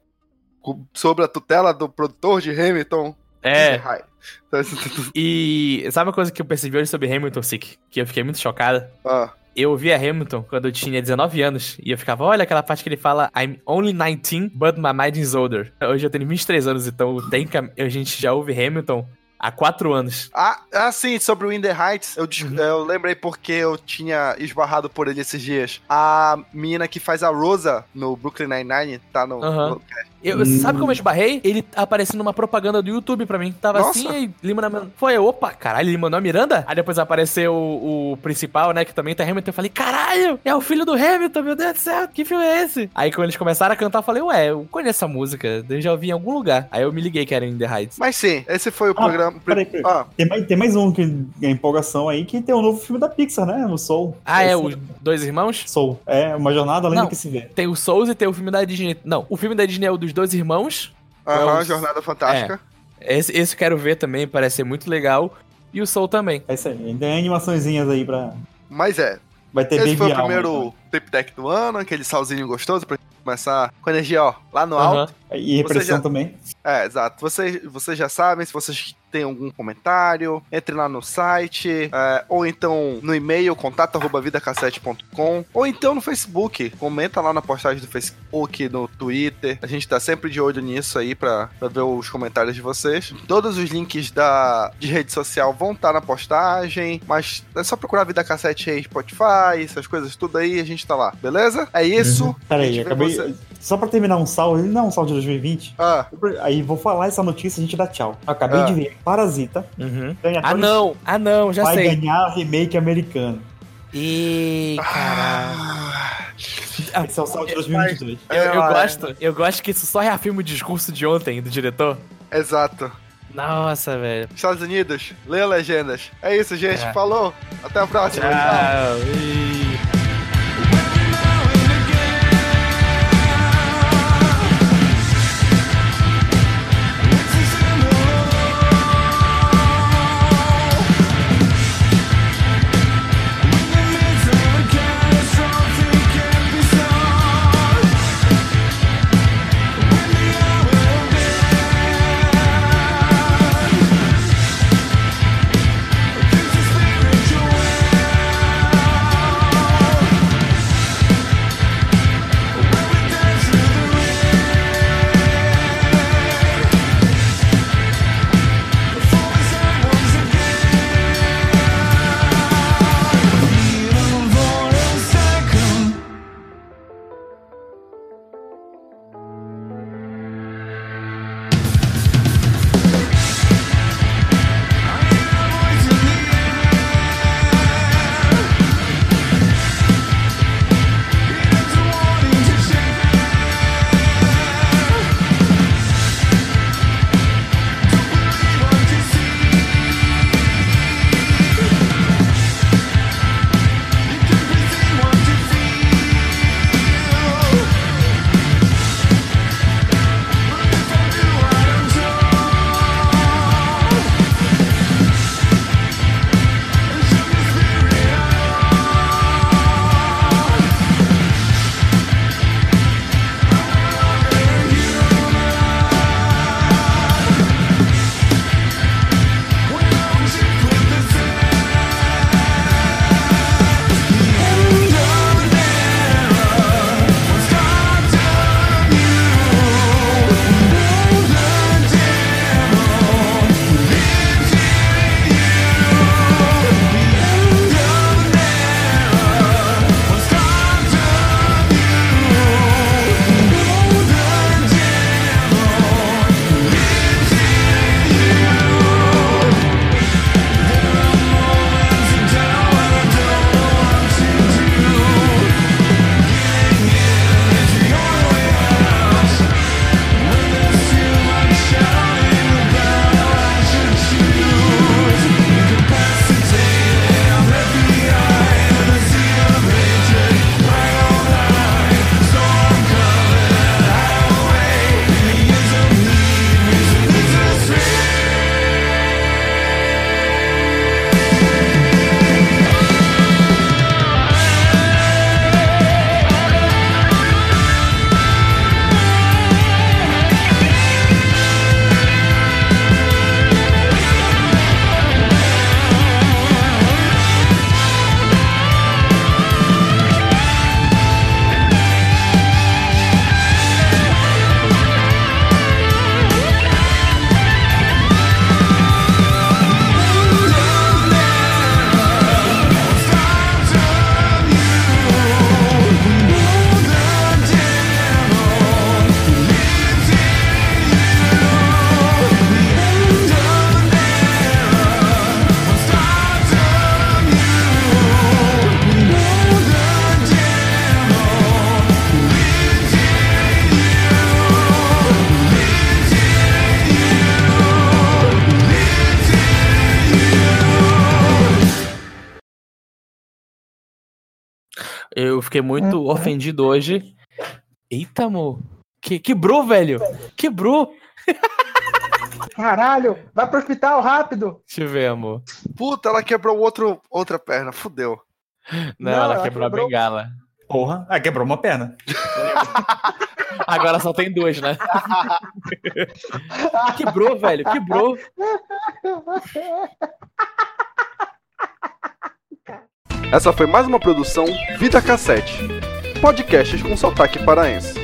S1: com- sobre a tutela do produtor de Hamilton. In
S2: É,
S1: The Heights. Então, isso-
S2: e sabe uma coisa que eu percebi hoje sobre Hamilton, Sick? Que eu fiquei muito chocada.
S1: ah,
S2: Eu via Hamilton quando eu tinha 19 anos e eu ficava, olha aquela parte que ele fala I'm only 19, but my mind is older. Hoje eu tenho 23 anos, então tem cam- a gente já ouve Hamilton há 4 anos.
S1: Ah, ah, sim, sobre o In The Heights, eu,
S2: Uhum.
S1: des- eu lembrei porque eu tinha esbarrado por ele esses dias. A menina que faz a Rosa no Brooklyn Nine-Nine tá no.
S2: Aham.
S1: no-
S2: Eu, Sabe como eu esbarrei? Ele aparecendo numa propaganda do YouTube pra mim. Tava
S1: Nossa.
S2: assim, aí Lima na... Foi, eu, opa, caralho, ele mandou a Miranda? Aí depois apareceu o, o principal, né, que também tá Hamilton. Eu falei, caralho, é o filho do Hamilton, meu Deus do céu, que filme é esse? Aí quando eles começaram a cantar, eu falei, ué, eu conheço essa música, eu já ouvi em algum lugar. Aí eu me liguei que era In The Heights.
S1: Mas sim, esse foi o programa.
S3: peraí, peraí.
S1: Ah,
S3: Tem mais, tem mais um que é empolgação aí, que tem o novo filme da Pixar, né? O Soul.
S2: Ah, é,
S3: Esse-
S2: os dois irmãos?
S3: Soul. É, uma jornada além
S2: Não.
S3: do que se vê.
S2: Tem o Souls e tem o filme da Disney. Não, o filme da Disney é o dos dois irmãos.
S1: Aham,
S2: Não,
S1: Jornada Fantástica.
S2: Esse, esse eu quero ver também, parece ser muito legal. E o Soul também.
S3: É isso aí. Ainda Tem animaçõezinhas aí pra.
S1: Mas é,
S3: Vai ter
S1: esse
S3: Baby
S1: foi o
S3: Alma,
S1: primeiro
S2: né?
S1: Trip Deck do ano, aquele salzinho gostoso pra gente começar com energia, ó, lá no alto.
S2: Aham.
S3: então. E repressão
S1: já-
S3: também.
S1: É, exato. Vocês, vocês já sabem, se vocês têm algum comentário, entre lá no site, é, ou então no e-mail, contato.vidacassete.com, ou então no Facebook. Comenta lá na postagem do Facebook, no Twitter. A gente tá sempre de olho nisso aí pra, pra ver os comentários de vocês. Todos os links da, de rede social vão estar na postagem, mas é só procurar Vida Cassete aí, Spotify, essas coisas tudo aí, a gente tá lá, beleza? É isso.
S3: Pera
S1: A gente
S3: aí,
S1: vê
S3: acabei.
S1: você-
S3: Só pra terminar um salve, não é um salve de 2020.
S1: Ah,
S3: Aí vou falar essa notícia e a gente dá tchau. Acabei
S1: Ah.
S3: de ver. Parasita
S2: Uhum.
S3: ganha
S2: Ah
S3: todos-
S2: não, ah não, já
S3: Tá vai
S2: sei.
S3: ganhar remake americano.
S2: Ih, caralho. Ah,
S3: Esse é o salve de 2022.
S2: Eu, eu
S1: Ah, é.
S2: gosto, eu gosto que isso só reafirma o discurso de ontem do diretor.
S1: exato.
S2: Nossa, velho.
S1: Estados Unidos, leia legendas. É isso, gente.
S2: É.
S1: Falou. Até a próxima. Tchau.
S2: Ih. Eu fiquei muito
S3: Uhum.
S2: ofendido hoje. Eita, amor. Que, quebrou, velho. Quebrou.
S4: Caralho, vai pro hospital rápido.
S2: Deixa eu ver, amor.
S1: Puta, ela quebrou outro, outra perna, fudeu.
S2: Não,
S4: Não,
S2: ela,
S4: ela
S2: quebrou,
S4: quebrou-
S2: a bengala.
S3: Porra. Ah, quebrou uma perna.
S2: Agora só tem duas, né? quebrou, velho. Quebrou.
S1: Essa foi mais uma produção Vida Cassete. Podcasts com sotaque paraense.